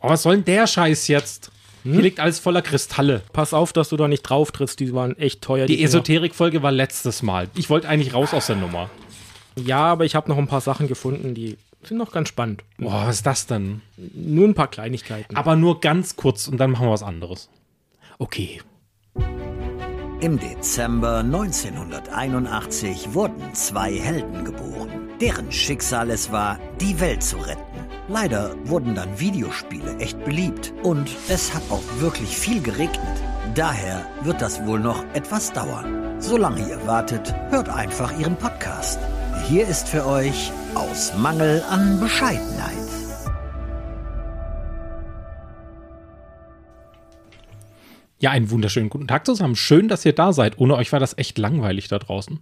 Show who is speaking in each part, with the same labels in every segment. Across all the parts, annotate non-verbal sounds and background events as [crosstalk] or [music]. Speaker 1: Oh, was soll denn der Scheiß jetzt? Hier liegt alles voller Kristalle.
Speaker 2: Pass auf, dass du da nicht drauf trittst, die waren echt teuer.
Speaker 1: Die
Speaker 2: Dinger.
Speaker 1: Esoterik-Folge war letztes Mal. Ich wollte eigentlich raus aus der Nummer.
Speaker 2: Ja, aber ich habe noch ein paar Sachen gefunden, die sind noch ganz spannend.
Speaker 1: Boah, was ist das denn?
Speaker 2: Nur ein paar Kleinigkeiten.
Speaker 1: Aber nur ganz kurz und dann machen wir was anderes. Okay.
Speaker 3: Im Dezember 1981 wurden zwei Helden geboren, deren Schicksal es war, die Welt zu retten. Leider wurden dann Videospiele echt beliebt und es hat auch wirklich viel geregnet. Daher wird das wohl noch etwas dauern. Solange ihr wartet, hört einfach ihren Podcast. Hier ist für euch aus Mangel an Bescheidenheit.
Speaker 1: Ja, einen wunderschönen guten Tag zusammen. Schön, dass ihr da seid. Ohne euch war das echt langweilig da draußen.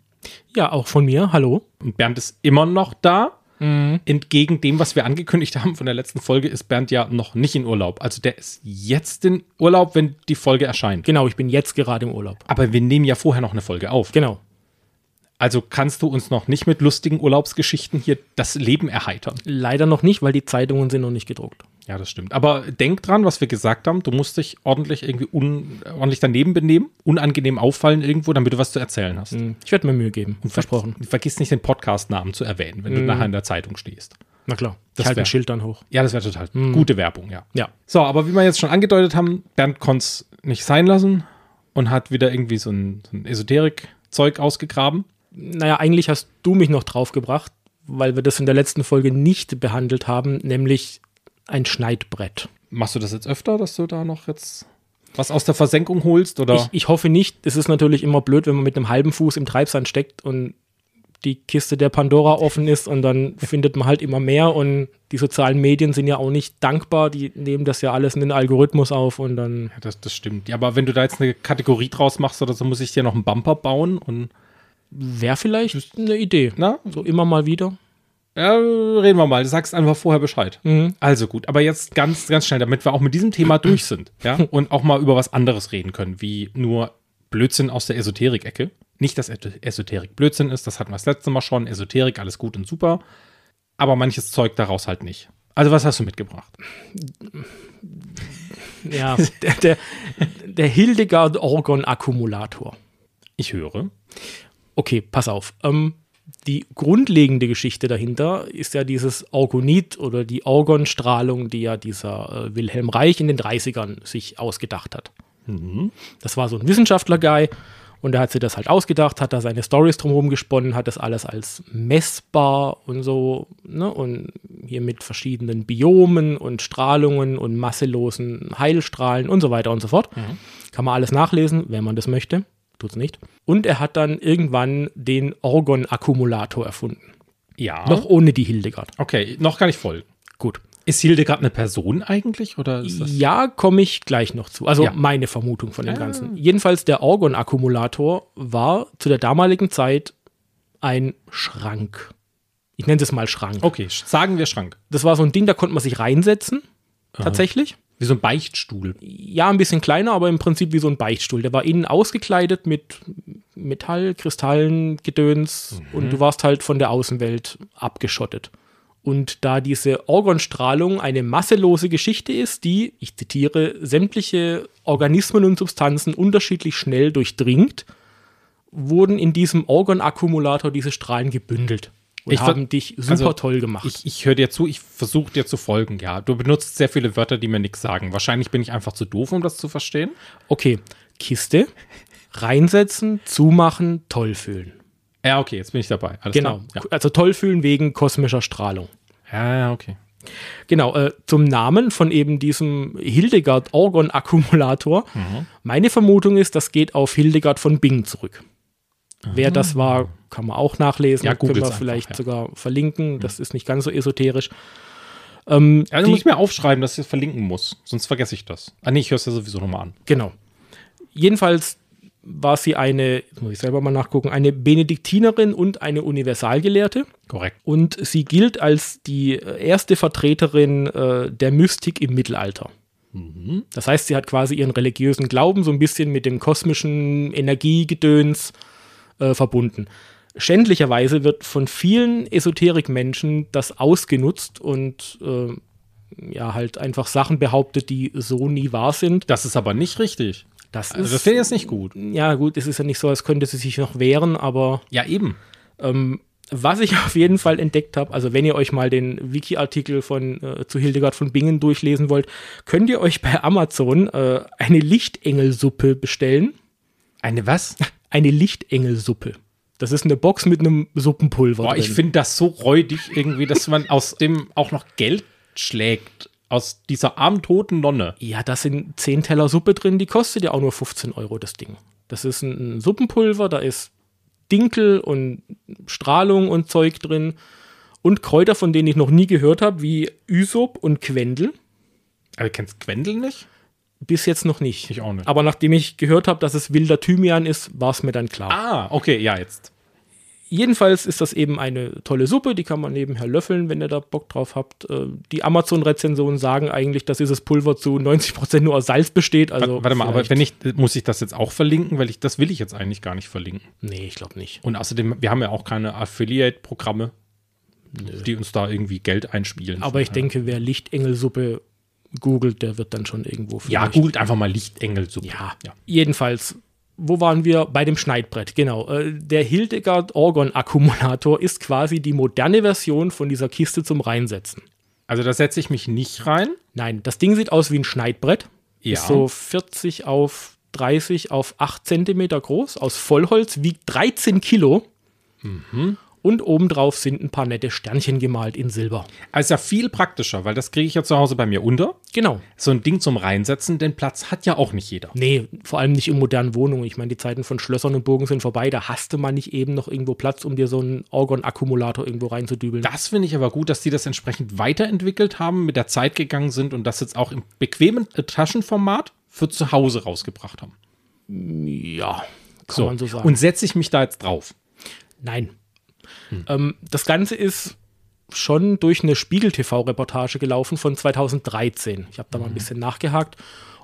Speaker 2: ja, auch von mir, hallo.
Speaker 1: Und Bernd ist immer noch da. Mhm. Entgegen dem, was wir angekündigt haben von der letzten Folge, ist Bernd ja noch nicht in Urlaub. Also der ist jetzt in Urlaub, wenn die Folge erscheint.
Speaker 2: Genau, ich bin jetzt gerade im Urlaub.
Speaker 1: Aber wir nehmen ja vorher noch eine Folge auf.
Speaker 2: Genau.
Speaker 1: Also kannst du uns noch nicht mit lustigen Urlaubsgeschichten hier das Leben erheitern.
Speaker 2: Leider noch nicht, weil die Zeitungen sind noch nicht gedruckt.
Speaker 1: Ja, das stimmt. Aber denk dran, was wir gesagt haben. Du musst dich ordentlich irgendwie un ordentlich daneben benehmen, unangenehm auffallen irgendwo, damit du was zu erzählen hast.
Speaker 2: Hm, Ich werde mir Mühe geben. Versprochen.
Speaker 1: Ver- Vergiss nicht, den Podcast-Namen zu erwähnen, wenn du nachher in der Zeitung stehst.
Speaker 2: Na klar.
Speaker 1: Das
Speaker 2: ich halte
Speaker 1: wär-
Speaker 2: ein Schild dann hoch.
Speaker 1: Ja, das wäre total gute Werbung, Mhm. ja.
Speaker 2: Ja.
Speaker 1: So, aber wie wir jetzt schon angedeutet haben, Bernd konnte es nicht sein lassen und hat wieder irgendwie so ein, so ein Esoterik-Zeug ausgegraben.
Speaker 2: Naja, eigentlich hast du mich noch draufgebracht, weil wir das in der letzten Folge nicht behandelt haben, nämlich ein Schneidbrett.
Speaker 1: Machst du das jetzt öfter, dass du da noch jetzt was aus der Versenkung holst? Oder?
Speaker 2: Ich, ich hoffe nicht. Es ist natürlich immer blöd, wenn man mit einem halben Fuß im Treibsand steckt und die Kiste der Pandora offen ist und dann findet man halt immer mehr und die sozialen Medien sind ja auch nicht dankbar. Die nehmen das ja alles in den Algorithmus auf und dann.
Speaker 1: Ja, das, das stimmt. Ja, aber wenn du da jetzt eine Kategorie draus machst oder so, muss ich dir noch einen Bumper bauen und
Speaker 2: Wäre vielleicht eine Idee.
Speaker 1: na,
Speaker 2: So immer mal wieder.
Speaker 1: ja, reden wir mal. Du sagst einfach vorher Bescheid. Also gut, aber jetzt ganz, ganz schnell, damit wir auch mit diesem Thema durch sind, ja, und auch mal über was anderes reden können, wie nur Blödsinn aus der Esoterik-Ecke. Nicht, dass Et- Esoterik Blödsinn ist, das hatten wir das letzte Mal schon. Esoterik, alles gut und super. Aber manches Zeug daraus halt nicht. Also, was hast du mitgebracht?
Speaker 2: Ja, der, der, der Hildegard Orgon Akkumulator.
Speaker 1: Ich höre.
Speaker 2: Okay, pass auf. Ähm, die grundlegende Geschichte dahinter ist ja dieses Orgonit oder die Orgonstrahlung, die ja dieser äh, Wilhelm Reich in den 30ern sich ausgedacht hat. Das war so ein Wissenschaftler-Guy und der hat sich das halt ausgedacht, hat da seine Stories drumherum gesponnen, hat das alles als messbar und so, ne? Und hier mit verschiedenen Biomen und Strahlungen und masselosen Heilstrahlen und so weiter und so fort. Kann man alles nachlesen, wenn man das möchte. Tut's nicht. Und er hat dann irgendwann den Orgon-Akkumulator erfunden.
Speaker 1: Ja.
Speaker 2: Noch ohne die Hildegard.
Speaker 1: Okay, noch gar nicht voll.
Speaker 2: Gut.
Speaker 1: Ist Hilde gerade eine Person eigentlich? Oder ist das
Speaker 2: Ja, komme ich gleich noch zu. Also
Speaker 1: Ja.
Speaker 2: meine Vermutung von dem Ganzen. Jedenfalls der Orgon-Akkumulator war zu der damaligen Zeit ein Schrank. Ich nenne es mal Schrank.
Speaker 1: Okay, sch- sagen wir Schrank.
Speaker 2: Das war so ein Ding, da konnte man sich reinsetzen. Tatsächlich.
Speaker 1: Wie so ein Beichtstuhl.
Speaker 2: Ja, ein bisschen kleiner, aber im Prinzip wie so ein Beichtstuhl. Der war innen ausgekleidet mit Metall, Kristallen, Gedöns
Speaker 1: Mhm.
Speaker 2: und du warst halt von der Außenwelt abgeschottet. Und da diese Orgonstrahlung eine masselose Geschichte ist, die, ich zitiere, sämtliche Organismen und Substanzen unterschiedlich schnell durchdringt, wurden in diesem Orgonakkumulator diese Strahlen gebündelt und
Speaker 1: Ich ver-
Speaker 2: haben dich super
Speaker 1: also,
Speaker 2: toll gemacht.
Speaker 1: Ich, ich höre dir zu, ich versuche dir zu folgen, ja. Du benutzt sehr viele Wörter, die mir nichts sagen. Wahrscheinlich bin ich einfach zu doof, um das zu verstehen.
Speaker 2: Okay, Kiste, reinsetzen, zumachen, toll fühlen.
Speaker 1: Ja, okay, jetzt bin ich dabei. Alles
Speaker 2: Genau.
Speaker 1: Klar.
Speaker 2: Also toll fühlen wegen kosmischer Strahlung.
Speaker 1: Ja. ja, okay.
Speaker 2: Genau, äh, zum Namen von eben diesem Hildegard-Orgon-Akkumulator.
Speaker 1: Mhm.
Speaker 2: Meine Vermutung ist, das geht auf Hildegard von Bingen zurück. Wer das war, kann man auch nachlesen.
Speaker 1: Ah. Ja,
Speaker 2: Können
Speaker 1: googles
Speaker 2: wir
Speaker 1: einfach,
Speaker 2: vielleicht
Speaker 1: ja. Mhm.
Speaker 2: sogar verlinken. Das ist nicht ganz so esoterisch.
Speaker 1: Also
Speaker 2: Die-
Speaker 1: muss ich mir aufschreiben, dass ich es verlinken muss. Sonst vergesse ich das. Ah, nee, ich höre es ja sowieso nochmal an.
Speaker 2: Genau. Jedenfalls war sie eine, jetzt muss ich selber mal nachgucken, eine Benediktinerin und eine Universalgelehrte.
Speaker 1: Korrekt.
Speaker 2: Und sie gilt als die äh, erste Vertreterin äh, der Mystik im Mittelalter.
Speaker 1: Mhm.
Speaker 2: Das heißt, sie hat quasi ihren religiösen Glauben so ein bisschen mit dem kosmischen Energiegedöns äh, verbunden. Schändlicherweise wird von vielen Esoterikmenschen das ausgenutzt und äh, ja halt einfach Sachen behauptet, die so nie wahr sind.
Speaker 1: Das ist aber nicht richtig.
Speaker 2: Das
Speaker 1: Also das
Speaker 2: ist,
Speaker 1: finde ich jetzt nicht gut.
Speaker 2: ja gut, es ist ja nicht so, als könnte sie sich noch wehren, aber
Speaker 1: Ja, eben.
Speaker 2: was ich [laughs] auf jeden Fall entdeckt habe, also wenn ihr euch mal den Wiki-Artikel von äh, zu Hildegard von Bingen durchlesen wollt, könnt ihr euch bei Amazon äh, eine Lichtenger-Suppe bestellen.
Speaker 1: Eine was?
Speaker 2: Eine Lichtenger-Suppe. Das ist eine Box mit einem Suppenpulver.
Speaker 1: Boah,
Speaker 2: drin.
Speaker 1: ich finde das so räudig irgendwie, dass man aus dem auch noch Geld schlägt. Aus dieser armen toten Nonne.
Speaker 2: Ja, da sind 10 Teller Suppe drin, die kostet ja auch nur 15 Euro, das Ding. Das ist ein, ein Suppenpulver, da ist Dinkel und Strahlung und Zeug drin und Kräuter, von denen ich noch nie gehört habe, wie Ysop und Quendel.
Speaker 1: Aber du kennst Quendel nicht?
Speaker 2: Bis jetzt noch nicht.
Speaker 1: Ich auch nicht.
Speaker 2: Aber nachdem ich gehört habe, dass es wilder Thymian ist, war es mir dann klar.
Speaker 1: Ah, okay, ja, jetzt.
Speaker 2: Jedenfalls ist das eben eine tolle Suppe, die kann man nebenher löffeln, wenn ihr da Bock drauf habt. Äh, Die Amazon-Rezensionen sagen eigentlich, dass dieses Pulver zu 90% nur aus Salz besteht. Also
Speaker 1: Warte mal, aber
Speaker 2: vielleicht-
Speaker 1: wenn ich, muss ich das jetzt auch verlinken? Weil ich, das will ich jetzt eigentlich gar nicht verlinken.
Speaker 2: Nee, ich glaube nicht.
Speaker 1: Und außerdem, wir haben ja auch keine Affiliate-Programme, die uns da irgendwie Geld einspielen.
Speaker 2: Aber ich
Speaker 1: Von
Speaker 2: denke, wer Lichtenger-Suppe googelt, der wird dann schon irgendwo
Speaker 1: daher- Ja,
Speaker 2: vielleicht-
Speaker 1: googelt einfach mal Lichtengelsuppe.
Speaker 2: Ja.
Speaker 1: ja.
Speaker 2: Jedenfalls, wo waren wir? Bei dem Schneidbrett, genau. Äh, Der Hildegard Orgon-Akkumulator ist quasi die moderne Version von dieser Kiste zum Reinsetzen.
Speaker 1: Also da setze ich mich nicht rein.
Speaker 2: Nein, das Ding sieht aus wie ein Schneidbrett.
Speaker 1: Ja.
Speaker 2: Ist so 40 auf 30 auf 8 Zentimeter groß, aus Vollholz, wiegt 13 Kilo. Und obendrauf sind ein paar nette Sternchen gemalt in Silber.
Speaker 1: Also ist ja viel praktischer, weil das kriege ich ja zu Hause bei mir unter.
Speaker 2: Genau.
Speaker 1: So ein Ding zum Reinsetzen, denn Platz hat ja auch nicht jeder.
Speaker 2: Nee, vor allem nicht in modernen Wohnungen. Ich meine, die Zeiten von Schlössern und Burgen sind vorbei. Da hast du mal nicht eben noch irgendwo Platz, um dir so einen Orgon-Akkumulator irgendwo reinzudübeln.
Speaker 1: Das finde ich aber gut, dass die das entsprechend weiterentwickelt haben, mit der Zeit gegangen sind und das jetzt auch im bequemen äh, Taschenformat für zu Hause rausgebracht haben.
Speaker 2: ja, kann man so sagen.
Speaker 1: Und setze ich mich da jetzt drauf.
Speaker 2: Nein. Ähm, das Ganze ist schon durch eine Spiegel-TV-Reportage gelaufen von 2013. Ich habe da mal ein bisschen nachgehakt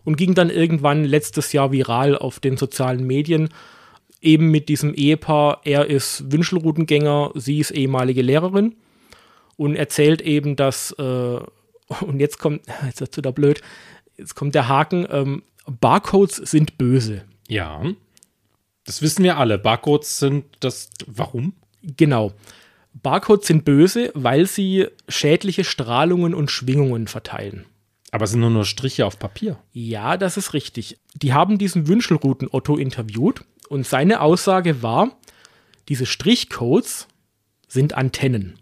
Speaker 2: und ging dann irgendwann letztes Jahr viral auf den sozialen Medien. Eben mit diesem Ehepaar. Er ist Wünschelroutengänger, sie ist ehemalige Lehrerin und erzählt eben, dass, äh, [laughs] und jetzt kommt, [laughs] jetzt wird wieder blöd, jetzt kommt der Haken, ähm, Barcodes sind böse.
Speaker 1: Ja. Das wissen wir alle. Barcodes sind das. Warum?
Speaker 2: Genau. Barcodes sind böse, weil sie schädliche Strahlungen und Schwingungen verteilen.
Speaker 1: Aber es sind nur, nur Striche auf Papier.
Speaker 2: Ja, das ist richtig. Die haben diesen Wünschelruten-Otto interviewt und seine Aussage war, diese Strichcodes sind Antennen.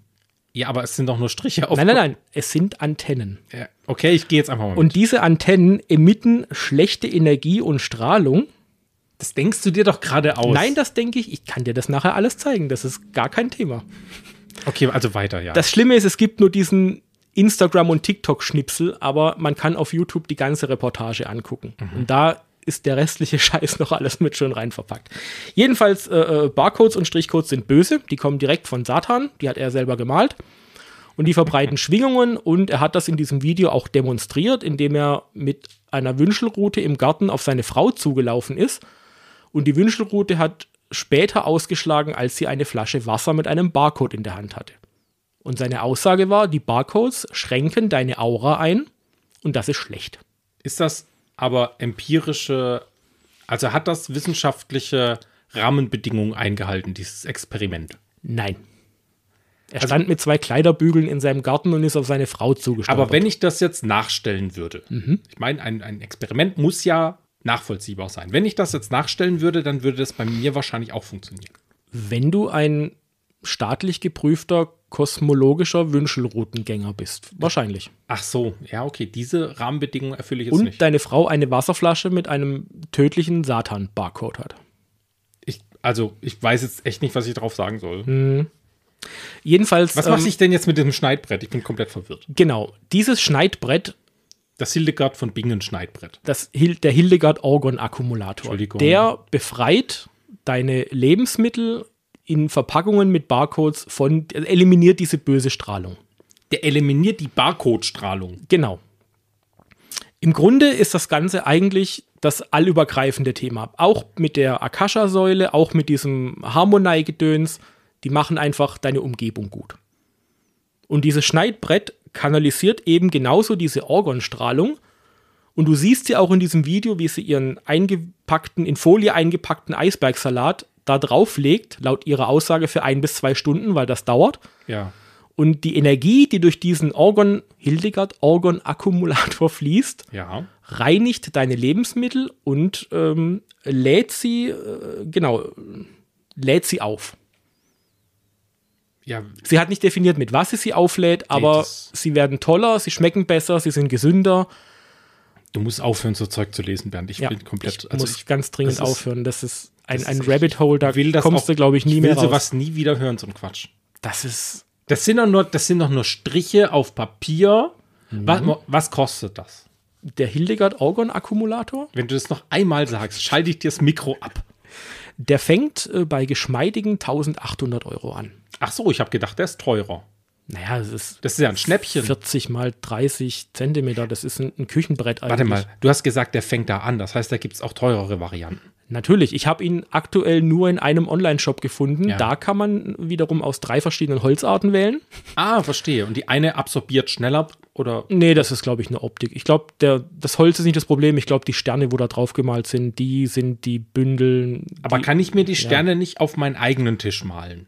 Speaker 1: Ja, aber es sind doch nur Striche auf
Speaker 2: Nein, nein, nein, es sind Antennen.
Speaker 1: nein. Okay, ich gehe jetzt einfach mal. mit.
Speaker 2: Und diese Antennen emitten schlechte Energie und Strahlung.
Speaker 1: das denkst du dir doch gerade aus.
Speaker 2: Nein, das denke ich, ich kann dir das nachher alles zeigen, das ist gar kein Thema.
Speaker 1: Okay, also weiter, ja.
Speaker 2: Das Schlimme ist, es gibt nur diesen Instagram- und TikTok-Schnipsel, aber man kann auf YouTube die ganze Reportage angucken. Und da ist der restliche [laughs] Scheiß noch alles mit schon rein verpackt. Jedenfalls, äh, äh, Barcodes und Strichcodes sind böse. Die kommen direkt von Satan. Die hat er selber gemalt. Und die verbreiten Schwingungen. Und er hat das in diesem Video auch demonstriert, indem er mit einer Wünschelrute im Garten auf seine Frau zugelaufen ist. Und die Wünschelrute hat später ausgeschlagen, als sie eine Flasche Wasser mit einem Barcode in der Hand hatte. Und seine Aussage war, die Barcodes schränken deine Aura ein und das ist schlecht.
Speaker 1: ist das aber empirische, also hat das wissenschaftliche Rahmenbedingungen eingehalten, dieses Experiment?
Speaker 2: Nein. Er
Speaker 1: Also
Speaker 2: stand mit zwei Kleiderbügeln in seinem Garten und ist auf seine Frau zugestorben.
Speaker 1: Aber wenn ich das jetzt nachstellen würde,
Speaker 2: Mhm.
Speaker 1: ich meine, ein, ein Experiment muss ja nachvollziehbar sein. Wenn ich das jetzt nachstellen würde, dann würde das bei mir wahrscheinlich auch funktionieren.
Speaker 2: wenn du ein staatlich geprüfter kosmologischer Wünschelroutengänger bist, wahrscheinlich.
Speaker 1: Ach so, ja, okay, diese Rahmenbedingungen erfülle ich jetzt
Speaker 2: Und
Speaker 1: nicht.
Speaker 2: deine Frau eine Wasserflasche mit einem tödlichen Satan-Barcode hat.
Speaker 1: Ich, also, ich weiß jetzt echt nicht, was ich drauf sagen soll.
Speaker 2: Mhm. Jedenfalls. ähm,
Speaker 1: Was mache ich denn jetzt mit dem Schneidbrett? Ich bin komplett verwirrt.
Speaker 2: Genau. Dieses Schneidbrett
Speaker 1: Das Hildegard von Bingen Schneidbrett.
Speaker 2: das, Hil- der Hildegard Orgon Akkumulator.
Speaker 1: Entschuldigung.
Speaker 2: Der befreit deine Lebensmittel in Verpackungen mit Barcodes von, also eliminiert diese böse Strahlung.
Speaker 1: Der eliminiert die Barcode-Strahlung.
Speaker 2: Genau. Im Grunde ist das Ganze eigentlich das allübergreifende Thema. Auch mit der Akasha-Säule, auch mit diesem Harmonei-Gedöns. Die machen einfach deine Umgebung gut. Und dieses Schneidbrett kanalisiert eben genauso diese Orgonstrahlung. Und du siehst sie auch in diesem Video, wie sie ihren eingepackten, in Folie eingepackten Eisbergsalat da drauflegt, laut ihrer Aussage für ein bis zwei Stunden, weil das dauert.
Speaker 1: Ja.
Speaker 2: Und die Energie, die durch diesen Orgon, Hildegard Orgon Akkumulator fließt,
Speaker 1: Ja.
Speaker 2: reinigt deine Lebensmittel und ähm, lädt sie, äh, genau, lädt sie auf.
Speaker 1: Ja,
Speaker 2: Sie hat nicht definiert, mit was sie sie auflädt, aber
Speaker 1: das-
Speaker 2: sie werden toller, sie schmecken besser, sie sind gesünder.
Speaker 1: du musst aufhören, so Zeug zu lesen, Bernd. Ich bin komplett.
Speaker 2: ich
Speaker 1: also
Speaker 2: muss ganz dringend
Speaker 1: das ist-
Speaker 2: aufhören. Das ist ein,
Speaker 1: das
Speaker 2: ein
Speaker 1: ist-
Speaker 2: Rabbit Hole, da
Speaker 1: will das
Speaker 2: kommst
Speaker 1: auch,
Speaker 2: du, glaube ich, nie
Speaker 1: ich
Speaker 2: mehr
Speaker 1: will
Speaker 2: raus.
Speaker 1: sowas nie wieder hören, so ein Quatsch.
Speaker 2: Das ist
Speaker 1: Das sind doch nur, das sind doch nur Striche auf Papier. Was, was kostet das?
Speaker 2: der Hildegard Orgon Akkumulator.
Speaker 1: Wenn du das noch einmal sagst, schalte ich dir das Mikro ab.
Speaker 2: Der fängt äh, bei geschmeidigen 1800 Euro an.
Speaker 1: Ach so, ich habe gedacht, der ist teurer.
Speaker 2: Naja, das ist
Speaker 1: Das ist ja ein Schnäppchen.
Speaker 2: 40 mal 30 Zentimeter. Das ist ein, ein Küchenbrett eigentlich.
Speaker 1: Warte mal, du hast gesagt, der fängt da an. Das heißt, da gibt es auch teurere Varianten.
Speaker 2: Natürlich, ich habe ihn aktuell nur in einem Online-Shop gefunden.
Speaker 1: Ja.
Speaker 2: Da kann man wiederum aus drei verschiedenen Holzarten wählen.
Speaker 1: Ah, verstehe. Und die eine absorbiert schneller oder.
Speaker 2: Nee, das ist, glaube ich, eine Optik. Ich glaube, der- das Holz ist nicht das Problem. Ich glaube, die Sterne, wo da drauf gemalt sind, die sind die Bündel.
Speaker 1: Aber kann ich mir die Sterne nicht auf meinen eigenen Tisch malen?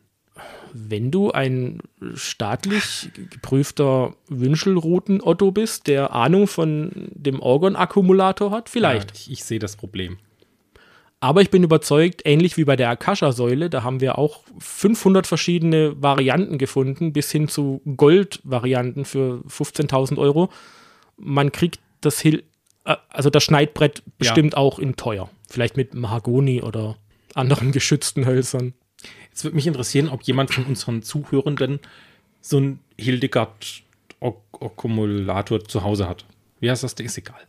Speaker 2: Wenn du ein staatlich geprüfter Wünschelrouten-Otto bist, der Ahnung von dem Orgon-Akkumulator hat, vielleicht.
Speaker 1: Ja, ich ich sehe das Problem.
Speaker 2: Aber ich bin überzeugt, ähnlich wie bei der Akasha-Säule, da haben wir auch 500 verschiedene Varianten gefunden, bis hin zu Gold-Varianten für 15.000 Euro. Man kriegt das, Hil äh, also das Schneidbrett bestimmt auch in teuer. Vielleicht mit Mahagoni oder anderen [laughs] geschützten Hölzern.
Speaker 1: Jetzt würde mich interessieren, ob jemand von unseren Zuhörenden so einen Hildegard-Akkumulator zu Hause hat. Wie heißt das Ding? Ist egal.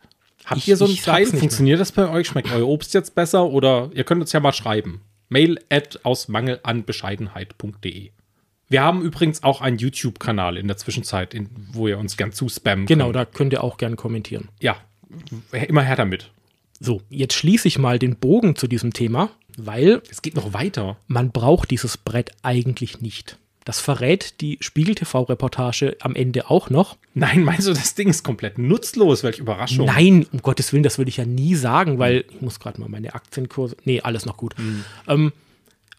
Speaker 1: Habt
Speaker 2: Ich-
Speaker 1: ihr so ein
Speaker 2: ich sag's
Speaker 1: Teil?
Speaker 2: nicht mehr.
Speaker 1: Funktioniert das bei euch? Schmeckt euer Obst jetzt besser? Oder ihr könnt uns ja mal schreiben. Mail at aus Mangel an Bescheidenheit.de. Wir haben übrigens auch einen YouTube-Kanal in der Zwischenzeit, in, wo ihr uns gern zuspammen
Speaker 2: Genau,
Speaker 1: Könnt.
Speaker 2: da könnt ihr auch gern kommentieren.
Speaker 1: Ja, immer her damit.
Speaker 2: So, jetzt schließe ich mal den Bogen zu diesem Thema, weil
Speaker 1: Es geht noch weiter.
Speaker 2: man braucht dieses Brett eigentlich nicht. Das verrät die Spiegel-TV-Reportage am Ende auch noch.
Speaker 1: Nein, meinst du, das Ding ist komplett nutzlos? Welche Überraschung.
Speaker 2: Nein, um Gottes Willen, das würde ich ja nie sagen, weil ich muss gerade mal meine Aktienkurse. Nee, alles noch gut. Ähm,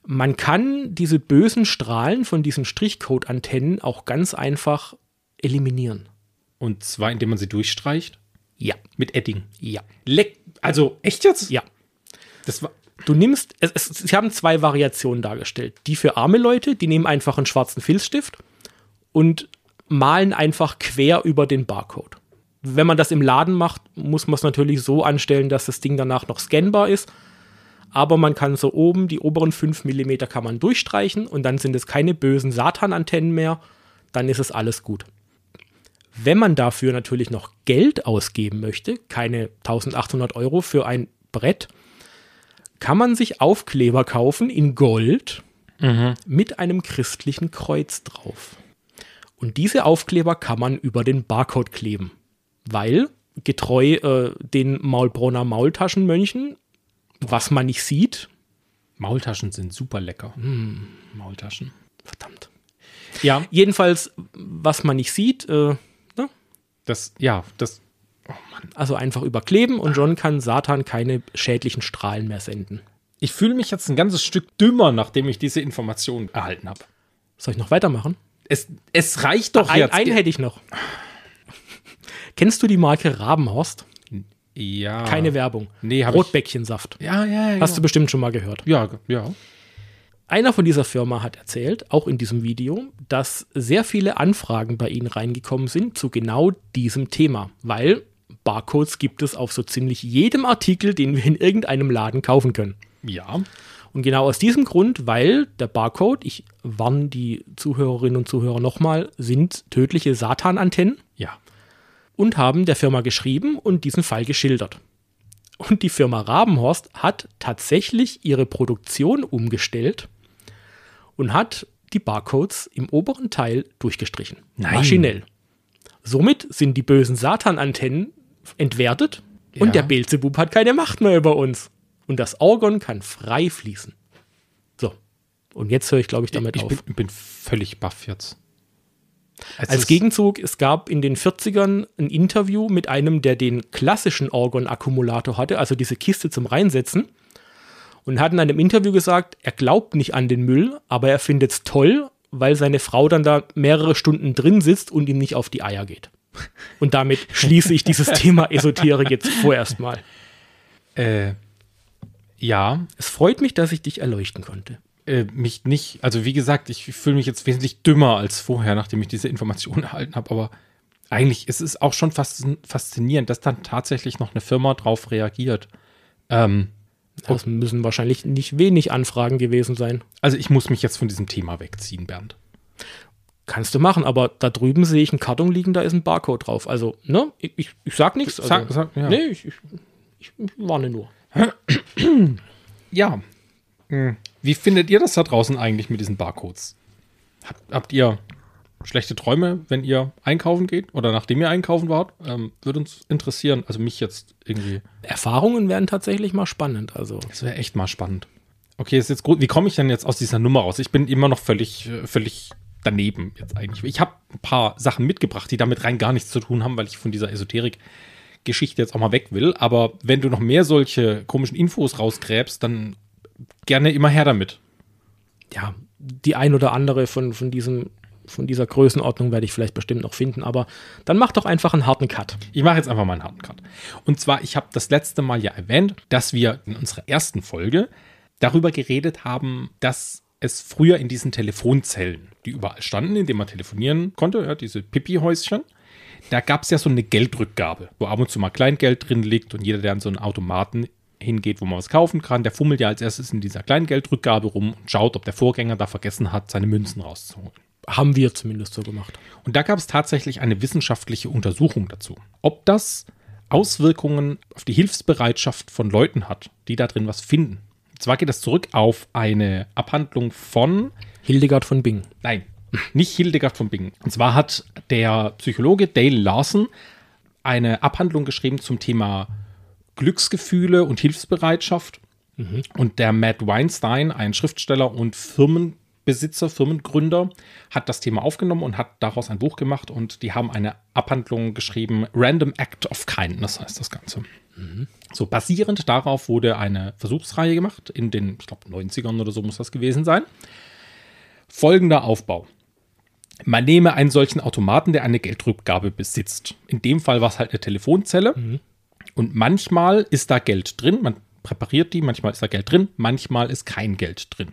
Speaker 2: man kann diese bösen Strahlen von diesen Strichcode-Antennen auch ganz einfach eliminieren.
Speaker 1: Und zwar, indem man sie durchstreicht
Speaker 2: Ja,
Speaker 1: mit Edding.
Speaker 2: ja,
Speaker 1: Leck, also echt jetzt?
Speaker 2: ja.
Speaker 1: Das war,
Speaker 2: Du nimmst, es, es, sie haben zwei Variationen dargestellt. Die für arme Leute, die nehmen einfach einen schwarzen Filzstift und malen einfach quer über den Barcode. Wenn man das im Laden macht, muss man es natürlich so anstellen, dass das Ding danach noch scannbar ist. Aber man kann so oben, die oberen 5 mm kann man durchstreichen und dann sind es keine bösen Satan-Antennen mehr. Dann ist es alles gut. Wenn man dafür natürlich noch Geld ausgeben möchte, keine 1800 Euro für ein Brett, kann man sich Aufkleber kaufen in Gold mit einem christlichen Kreuz drauf. Und diese Aufkleber kann man über den Barcode kleben, weil getreu äh, den Maulbronner Maultaschenmönchen, was man nicht sieht,
Speaker 1: Maultaschen sind super lecker.
Speaker 2: Mm,
Speaker 1: Maultaschen.
Speaker 2: verdammt.
Speaker 1: Ja,
Speaker 2: Jedenfalls, was man nicht sieht, äh, ne?
Speaker 1: das, ja, das,
Speaker 2: also einfach überkleben und schon kann Satan keine schädlichen Strahlen mehr senden.
Speaker 1: ich fühle mich jetzt ein ganzes Stück dümmer, nachdem ich diese Information erhalten habe.
Speaker 2: Soll ich noch weitermachen?
Speaker 1: Es, es reicht doch
Speaker 2: Ein,
Speaker 1: jetzt.
Speaker 2: einen hätte ich noch. Kennst du die Marke Rabenhorst?
Speaker 1: ja.
Speaker 2: Keine Werbung.
Speaker 1: Ah. Nee, hab ich-
Speaker 2: Rotbäckchensaft.
Speaker 1: Ja, ja, ja.
Speaker 2: Hast du bestimmt schon mal gehört.
Speaker 1: ja, ge- ja.
Speaker 2: Einer von dieser Firma hat erzählt, auch in diesem Video, dass sehr viele Anfragen bei ihnen reingekommen sind zu genau diesem Thema, weil Barcodes gibt es auf so ziemlich jedem Artikel, den wir in irgendeinem Laden kaufen können.
Speaker 1: Ja.
Speaker 2: Und genau aus diesem Grund, weil der Barcode, ich warne die Zuhörerinnen und Zuhörer nochmal, sind tödliche Satan-Antennen
Speaker 1: Ja.
Speaker 2: und haben der Firma geschrieben und diesen Fall geschildert. Und die Firma Rabenhorst hat tatsächlich ihre Produktion umgestellt und hat die Barcodes im oberen Teil durchgestrichen.
Speaker 1: Nein.
Speaker 2: Maschinell. Somit sind die bösen Satan-Antennen entwertet
Speaker 1: Ja.
Speaker 2: und der Beelzebub hat keine Macht mehr über uns. Und das Orgon kann frei fließen. So. Und jetzt höre ich, glaube ich, damit
Speaker 1: ich
Speaker 2: auf.
Speaker 1: bin, bin völlig baff jetzt. Es
Speaker 2: Als
Speaker 1: ist-
Speaker 2: Gegenzug, es gab in den 40ern ein Interview mit einem, der den klassischen Orgon-Akkumulator hatte, also diese Kiste zum Reinsetzen. Und hat in einem Interview gesagt, er glaubt nicht an den Müll, aber er findet es toll, weil seine Frau dann da mehrere Stunden drin sitzt und ihm nicht auf die Eier geht. Und damit schließe
Speaker 1: [laughs]
Speaker 2: ich dieses Thema Esoterik jetzt vorerst mal.
Speaker 1: Äh, ja,
Speaker 2: Es freut mich, dass ich dich erleuchten konnte.
Speaker 1: äh, mich nicht. Also wie gesagt, ich fühle mich jetzt wesentlich dümmer als vorher, nachdem ich diese Information [laughs] erhalten habe. Aber eigentlich ist es auch schon faszi- faszinierend, dass dann tatsächlich noch eine Firma drauf reagiert. Ähm,
Speaker 2: Das müssen wahrscheinlich nicht wenig Anfragen gewesen sein.
Speaker 1: also ich muss mich jetzt von diesem Thema wegziehen, Bernd.
Speaker 2: Kannst du machen, aber da drüben sehe ich einen Karton liegen, da ist ein Barcode drauf. Also, ne? Ich, ich, ich sag nichts. Also,
Speaker 1: Sag- sag- ja.
Speaker 2: Nee, ich, ich, ich warne nur.
Speaker 1: Ja. Hm. Wie findet ihr das da draußen eigentlich mit diesen Barcodes? Habt, habt ihr schlechte Träume, wenn ihr einkaufen geht oder nachdem ihr einkaufen wart? Ähm, würde uns interessieren. Also mich jetzt irgendwie.
Speaker 2: Erfahrungen wären tatsächlich mal spannend. Also,
Speaker 1: Das wäre echt mal spannend. Okay, ist jetzt gut. Wie komme ich denn jetzt aus dieser Nummer raus? Ich bin immer noch völlig, äh, völlig daneben jetzt eigentlich. Ich habe ein paar Sachen mitgebracht, die damit rein gar nichts zu tun haben, weil ich von dieser Esoterik-Geschichte jetzt auch mal weg will. Aber wenn du noch mehr solche komischen Infos rausgräbst, dann gerne immer her damit.
Speaker 2: ja, die ein oder andere von, von, diesem, von dieser Größenordnung werde ich vielleicht bestimmt noch finden. Aber dann mach doch einfach einen harten Cut.
Speaker 1: Ich mache jetzt einfach mal einen harten Cut. Und zwar, ich habe das letzte Mal ja erwähnt, dass wir in unserer ersten Folge darüber geredet haben, dass es früher in diesen Telefonzellen, die überall standen, in denen man telefonieren konnte, ja, diese Pipi-Häuschen, da gab es ja so eine Geldrückgabe, wo ab und zu mal Kleingeld drin liegt und jeder, der an so einen Automaten hingeht, wo man was kaufen kann, der fummelt ja als erstes in dieser Kleingeldrückgabe rum und schaut, ob der Vorgänger da vergessen hat, seine Münzen rauszuholen.
Speaker 2: Haben wir zumindest so gemacht.
Speaker 1: Und da gab es tatsächlich eine wissenschaftliche Untersuchung dazu, ob das Auswirkungen auf die Hilfsbereitschaft von Leuten hat, die da drin was finden. Und zwar geht das zurück auf eine Abhandlung von,
Speaker 2: Hildegard von Bingen.
Speaker 1: nein, nicht Hildegard von Bingen. Und zwar hat der Psychologe Dale Larson eine Abhandlung geschrieben zum Thema Glücksgefühle und Hilfsbereitschaft. Und der Matt Weinstein, ein Schriftsteller und Firmenbesitzer, Firmengründer, hat das Thema aufgenommen und hat daraus ein Buch gemacht. Und die haben eine Abhandlung geschrieben, Random Act of Kindness heißt das Ganze. So, basierend darauf wurde eine Versuchsreihe gemacht, in den, ich glaube, 90ern oder so muss das gewesen sein. Folgender Aufbau. Man nehme einen solchen Automaten, der eine Geldrückgabe besitzt. In dem Fall war es halt eine Telefonzelle. Und manchmal ist da Geld drin, man präpariert die, manchmal ist da Geld drin, manchmal ist kein Geld drin.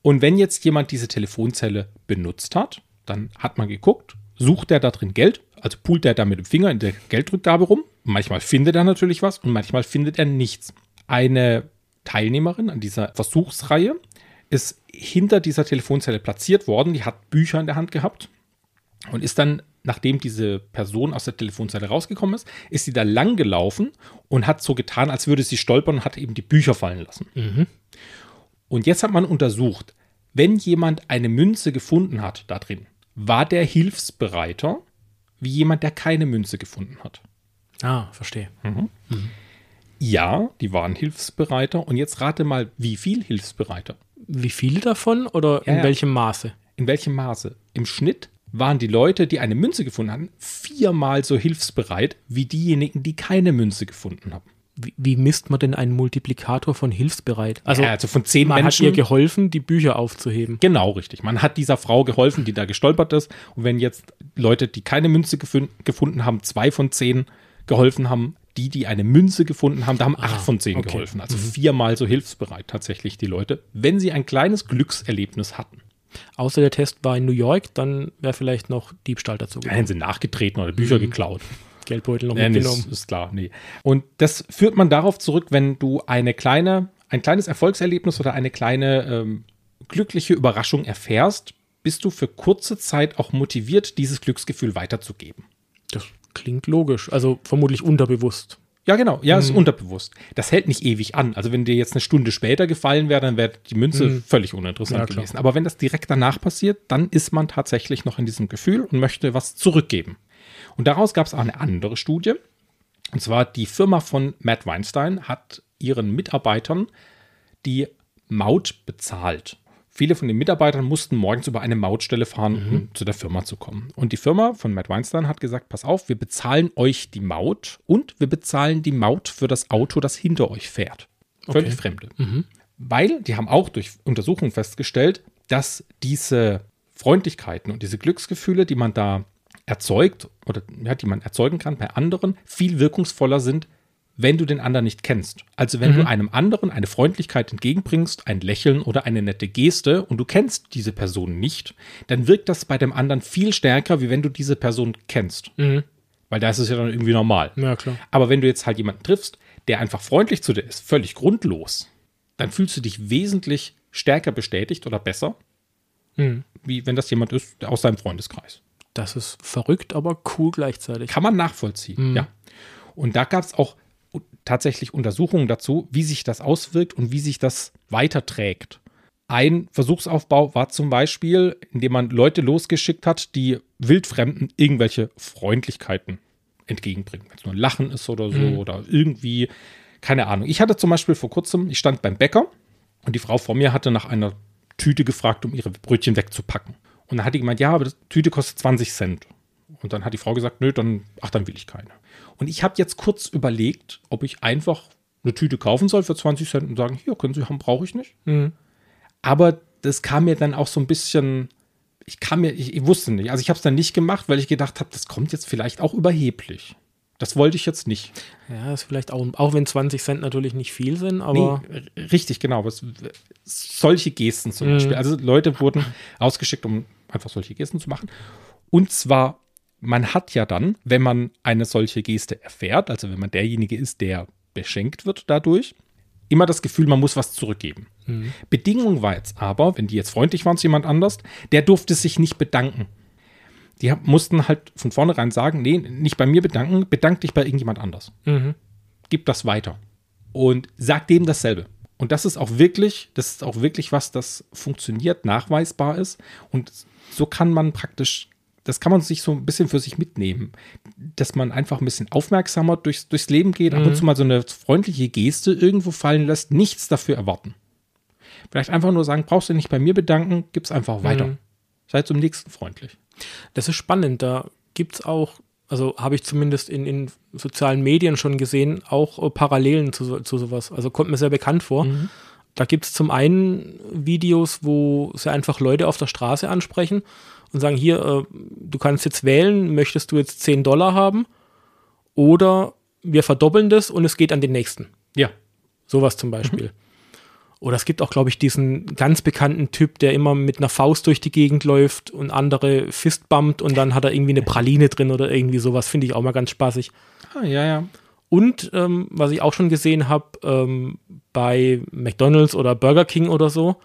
Speaker 1: Und wenn jetzt jemand diese Telefonzelle benutzt hat, dann hat man geguckt, sucht der da drin Geld, also pult der da mit dem Finger in der Geldrückgabe rum. Manchmal findet er natürlich was und manchmal findet er nichts. Eine Teilnehmerin an dieser Versuchsreihe ist hinter dieser Telefonzelle platziert worden, die hat Bücher in der Hand gehabt und ist dann, nachdem diese Person aus der Telefonzelle rausgekommen ist, ist sie da lang gelaufen und hat so getan, als würde sie stolpern und hat eben die Bücher fallen lassen. Und jetzt hat man untersucht, wenn jemand eine Münze gefunden hat da drin, war der hilfsbereiter wie jemand, der keine Münze gefunden hat.
Speaker 2: Ah, verstehe.
Speaker 1: Hm. Ja, die waren hilfsbereiter. Und jetzt rate mal, wie viel hilfsbereiter?
Speaker 2: Wie viele davon oder
Speaker 1: Ja,
Speaker 2: in
Speaker 1: ja.
Speaker 2: welchem Maße?
Speaker 1: In welchem Maße? Im Schnitt waren die Leute, die eine Münze gefunden hatten, viermal so hilfsbereit wie diejenigen, die keine Münze gefunden haben.
Speaker 2: Wie, wie misst man denn einen Multiplikator von hilfsbereit? Also,
Speaker 1: Ja, also von zehn
Speaker 2: man
Speaker 1: Menschen.
Speaker 2: hat ihr geholfen, die Bücher aufzuheben.
Speaker 1: Genau, richtig. Man hat dieser Frau geholfen, die da gestolpert ist. Und wenn jetzt Leute, die keine Münze gefün- gefunden haben, zwei von zehn geholfen haben, die, die eine Münze gefunden haben, da haben acht von zehn
Speaker 2: okay.
Speaker 1: geholfen. Also viermal so hilfsbereit tatsächlich die Leute, wenn sie ein kleines Glückserlebnis hatten.
Speaker 2: Außer der Test war in New York, dann wäre vielleicht noch Diebstahl
Speaker 1: Da
Speaker 2: dazu gekommen.
Speaker 1: hätten sie nachgetreten oder Bücher geklaut.
Speaker 2: Geldbeutel noch
Speaker 1: Ja, nee,
Speaker 2: mitgenommen.
Speaker 1: ist, ist klar, nee. Und das führt man darauf zurück, wenn du eine kleine, ein kleines Erfolgserlebnis oder eine kleine ähm, glückliche Überraschung erfährst, bist du für kurze Zeit auch motiviert, dieses Glücksgefühl weiterzugeben.
Speaker 2: Das klingt logisch. Also vermutlich unterbewusst.
Speaker 1: Ja, genau. Ja,
Speaker 2: Mhm.
Speaker 1: ist unterbewusst. Das hält nicht ewig an. Also wenn dir jetzt eine Stunde später gefallen wäre, dann wäre die Münze völlig
Speaker 2: Mhm. Ja,
Speaker 1: uninteressant
Speaker 2: klar.
Speaker 1: gewesen. Aber wenn das direkt danach passiert, dann ist man tatsächlich noch in diesem Gefühl und möchte was zurückgeben. Und daraus gab es auch eine andere Studie. Und zwar die Firma von Matt Weinstein hat ihren Mitarbeitern die Maut bezahlt Viele von den Mitarbeitern mussten morgens über eine Mautstelle fahren, um zu der Firma zu kommen. Und die Firma von Matt Weinstein hat gesagt, pass auf, wir bezahlen euch die Maut und wir bezahlen die Maut für das Auto, das hinter euch fährt. Völlig Fremde. Weil die haben auch durch Untersuchungen festgestellt, dass diese Freundlichkeiten und diese Glücksgefühle, die man da erzeugt oder ja, die man erzeugen kann bei anderen, viel wirkungsvoller sind, wenn du den anderen nicht kennst. Also wenn du einem anderen eine Freundlichkeit entgegenbringst, ein Lächeln oder eine nette Geste und du kennst diese Person nicht, dann wirkt das bei dem anderen viel stärker, wie wenn du diese Person kennst. Weil da ist es ja dann irgendwie normal.
Speaker 2: Ja, klar.
Speaker 1: Aber wenn du jetzt halt jemanden triffst, der einfach freundlich zu dir ist, völlig grundlos, dann fühlst du dich wesentlich stärker bestätigt oder besser, wie wenn das jemand ist der aus deinem Freundeskreis.
Speaker 2: Das ist verrückt, aber cool gleichzeitig.
Speaker 1: Kann man nachvollziehen, ja. Und da gab es auch u- tatsächlich Untersuchungen dazu, wie sich das auswirkt und wie sich das weiterträgt. Ein Versuchsaufbau war zum Beispiel, indem man Leute losgeschickt hat, die Wildfremden irgendwelche Freundlichkeiten entgegenbringen. Wenn es nur ein Lachen ist oder so oder irgendwie, keine Ahnung. Ich hatte zum Beispiel vor kurzem, ich stand beim Bäcker und die Frau vor mir hatte nach einer Tüte gefragt, um ihre Brötchen wegzupacken. Und dann hat die gemeint, ja, aber die Tüte kostet 20 Cent. Und dann hat die Frau gesagt, nö, dann, ach, dann will ich keine. Und ich habe jetzt kurz überlegt, ob ich einfach eine Tüte kaufen soll für 20 Cent und sagen, hier, können Sie haben, brauche ich nicht. Aber das kam mir dann auch so ein bisschen, ich kam mir, ich, ich wusste nicht. Also ich habe es dann nicht gemacht, weil ich gedacht habe, das kommt jetzt vielleicht auch überheblich. Das wollte ich jetzt nicht.
Speaker 2: Ja, ist vielleicht auch, auch wenn 20 Cent natürlich nicht viel sind, aber
Speaker 1: Nee, r- richtig, genau. Aber es, solche Gesten zum Beispiel. Also Leute wurden ausgeschickt, um einfach solche Gesten zu machen. Und zwar, man hat ja dann, wenn man eine solche Geste erfährt, also wenn man derjenige ist, der beschenkt wird dadurch, immer das Gefühl, man muss was zurückgeben. Bedingung war jetzt aber, wenn die jetzt freundlich waren zu jemand anders, der durfte sich nicht bedanken. Die hab- mussten halt von vornherein sagen, nee, nicht bei mir bedanken, bedank dich bei irgendjemand anders gib das weiter und sag dem dasselbe. Und das ist auch wirklich, das ist auch wirklich was, das funktioniert, nachweisbar ist. Und so kann man praktisch, das kann man sich so ein bisschen für sich mitnehmen, dass man einfach ein bisschen aufmerksamer durchs, durchs Leben geht, ab und zu mal so eine freundliche Geste irgendwo fallen lässt, nichts dafür erwarten. Vielleicht einfach nur sagen, brauchst du nicht bei mir bedanken, gib's einfach weiter. Sei zum nächsten freundlich.
Speaker 2: das ist spannend. Da gibt es auch, also habe ich zumindest in, in sozialen Medien schon gesehen, auch äh, Parallelen zu, so- zu sowas. Also kommt mir sehr bekannt vor. Da gibt es zum einen Videos, wo sie einfach Leute auf der Straße ansprechen und sagen, hier, äh, du kannst jetzt wählen, möchtest du jetzt 10 Dollar haben oder wir verdoppeln das und es geht an den nächsten.
Speaker 1: Ja.
Speaker 2: Sowas zum Beispiel. Oder es gibt auch, glaube ich, diesen ganz bekannten Typ, der immer mit einer Faust durch die Gegend läuft und andere fistbumpt und dann hat er irgendwie eine Praline drin oder irgendwie sowas. Finde ich auch mal ganz spaßig.
Speaker 1: Ah, ja, ja.
Speaker 2: Und ähm, was ich auch schon gesehen habe, ähm, bei McDonalds oder Burger King oder so,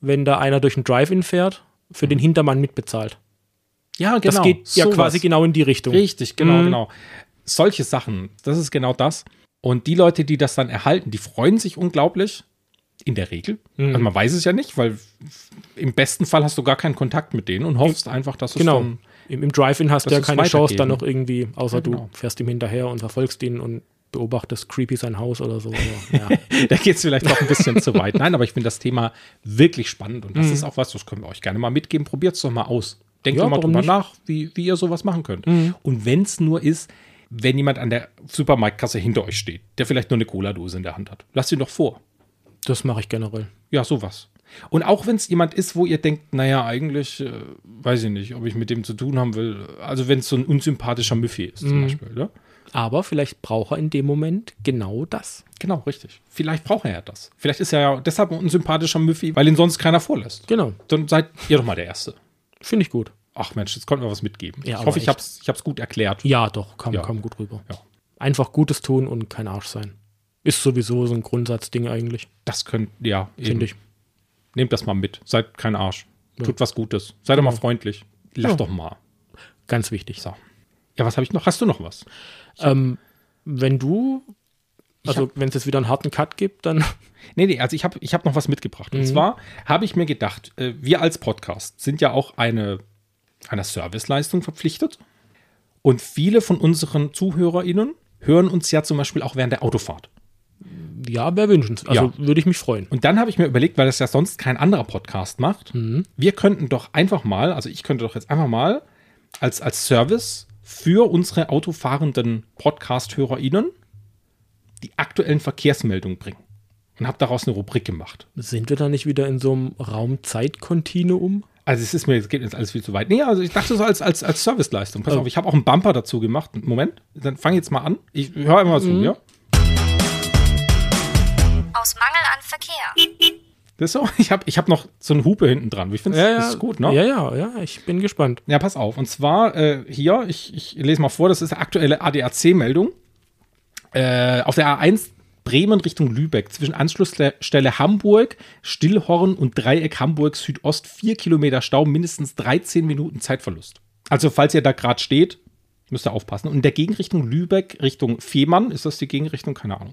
Speaker 2: wenn da einer durch einen Drive-In fährt, für den Hintermann mitbezahlt.
Speaker 1: Ja,
Speaker 2: Das geht ja quasi genau in die Richtung.
Speaker 1: Richtig, genau,
Speaker 2: Mhm.
Speaker 1: genau. Solche Sachen, das ist genau das. Und die Leute, die das dann erhalten, die freuen sich unglaublich. In der Regel.
Speaker 2: Mhm.
Speaker 1: Also man weiß es ja nicht, weil im besten Fall hast du gar keinen Kontakt mit denen und hoffst einfach, dass es
Speaker 2: Genau.
Speaker 1: dann [laughs]
Speaker 2: Im, im Drive-In hast
Speaker 1: dass
Speaker 2: du ja
Speaker 1: es
Speaker 2: keine Chance dann
Speaker 1: weitergeben.
Speaker 2: noch irgendwie, außer
Speaker 1: Ja, genau.
Speaker 2: du fährst ihm hinterher und verfolgst ihn und beobachtest creepy sein Haus oder [laughs] so. Aber, ja.
Speaker 1: da geht es vielleicht auch ein bisschen zu weit. Nein, aber ich finde das Thema wirklich spannend und das ist auch was, das können wir euch gerne mal mitgeben. Probiert es doch mal aus. Denkt
Speaker 2: Mhm. Ja,
Speaker 1: doch mal
Speaker 2: warum
Speaker 1: drüber
Speaker 2: nicht? Mhm.
Speaker 1: nach, wie, wie ihr sowas machen könnt. Und wenn es nur ist, wenn jemand an der Supermarktkasse hinter euch steht, der vielleicht nur eine Cola-Dose in der Hand hat, lasst ihn doch vor.
Speaker 2: Das mache ich generell.
Speaker 1: Ja, sowas. Und auch wenn es jemand ist, wo ihr denkt, naja, eigentlich äh, weiß ich nicht, ob ich mit dem zu tun haben will. Also wenn es so ein unsympathischer Müffi ist
Speaker 2: Mhm.
Speaker 1: zum Beispiel. Ne?
Speaker 2: Aber vielleicht braucht er in dem Moment genau das.
Speaker 1: Genau, richtig. Vielleicht braucht er ja das. Vielleicht ist er ja deshalb ein unsympathischer Müffi, weil ihn sonst keiner vorlässt.
Speaker 2: Genau.
Speaker 1: Dann seid ihr doch mal der Erste.
Speaker 2: Finde ich gut.
Speaker 1: Ach Mensch, jetzt konnten wir was mitgeben.
Speaker 2: Ja,
Speaker 1: ich
Speaker 2: aber
Speaker 1: hoffe, ich
Speaker 2: echt.
Speaker 1: habe es ich hab's gut erklärt.
Speaker 2: Ja, doch, kam,
Speaker 1: Ja.
Speaker 2: kam gut rüber.
Speaker 1: Ja.
Speaker 2: Einfach Gutes tun und kein Arsch sein. Ist sowieso so ein Grundsatzding eigentlich,
Speaker 1: Das könnt, ja, eben.
Speaker 2: finde ich.
Speaker 1: Nehmt das mal mit. Seid kein Arsch. Tut was Gutes. Seid doch mal freundlich. Lach doch mal.
Speaker 2: Ganz wichtig.
Speaker 1: So. Ja, was habe ich noch? Hast du noch was?
Speaker 2: Ähm, wenn du, also wenn es jetzt wieder einen harten Cut gibt, dann [laughs]
Speaker 1: Nee, nee, also ich habe ich hab noch was mitgebracht. Und zwar habe ich mir gedacht, äh, wir als Podcast sind ja auch eine, einer Serviceleistung verpflichtet. Und viele von unseren ZuhörerInnen hören uns ja zum Beispiel auch während der Autofahrt.
Speaker 2: Ja, wäre wünschenswert. Also würde ich mich freuen.
Speaker 1: Und dann habe ich mir überlegt, weil das ja sonst kein anderer Podcast macht, wir könnten doch einfach mal, also ich könnte doch jetzt einfach mal als, als Service für unsere autofahrenden Podcast-HörerInnen die aktuellen Verkehrsmeldungen bringen. Und habe daraus eine Rubrik gemacht.
Speaker 2: Sind wir da nicht wieder in so einem Raum-Zeit-Kontinuum?
Speaker 1: Also es ist mir, es geht jetzt alles viel zu weit. Nee, also ich dachte so als, als, als Serviceleistung.
Speaker 2: Oh.
Speaker 1: Pass auf, ich habe auch einen Bumper dazu gemacht. Moment, dann fang jetzt mal an. Ich höre immer zu,
Speaker 2: Mhm.
Speaker 1: ja?
Speaker 4: Aus Mangel an Verkehr.
Speaker 1: Das ist so. [laughs] Ich habe ich hab noch so eine Hupe hinten dran. Ich finde es ist gut, ne?
Speaker 2: Ja, ja, ja. Ich bin gespannt.
Speaker 1: Ja, pass auf. Und zwar äh, hier, ich, ich lese mal vor, das ist eine aktuelle ADAC-Meldung. Äh, auf der A1 Bremen Richtung Lübeck zwischen Anschlussstelle Hamburg, Stillhorn und Dreieck Hamburg Südost vier Kilometer Stau, mindestens 13 Minuten Zeitverlust. Also falls ihr da gerade steht, müsst ihr aufpassen. Und in der Gegenrichtung Lübeck Richtung Fehmarn, ist das die Gegenrichtung? Keine Ahnung.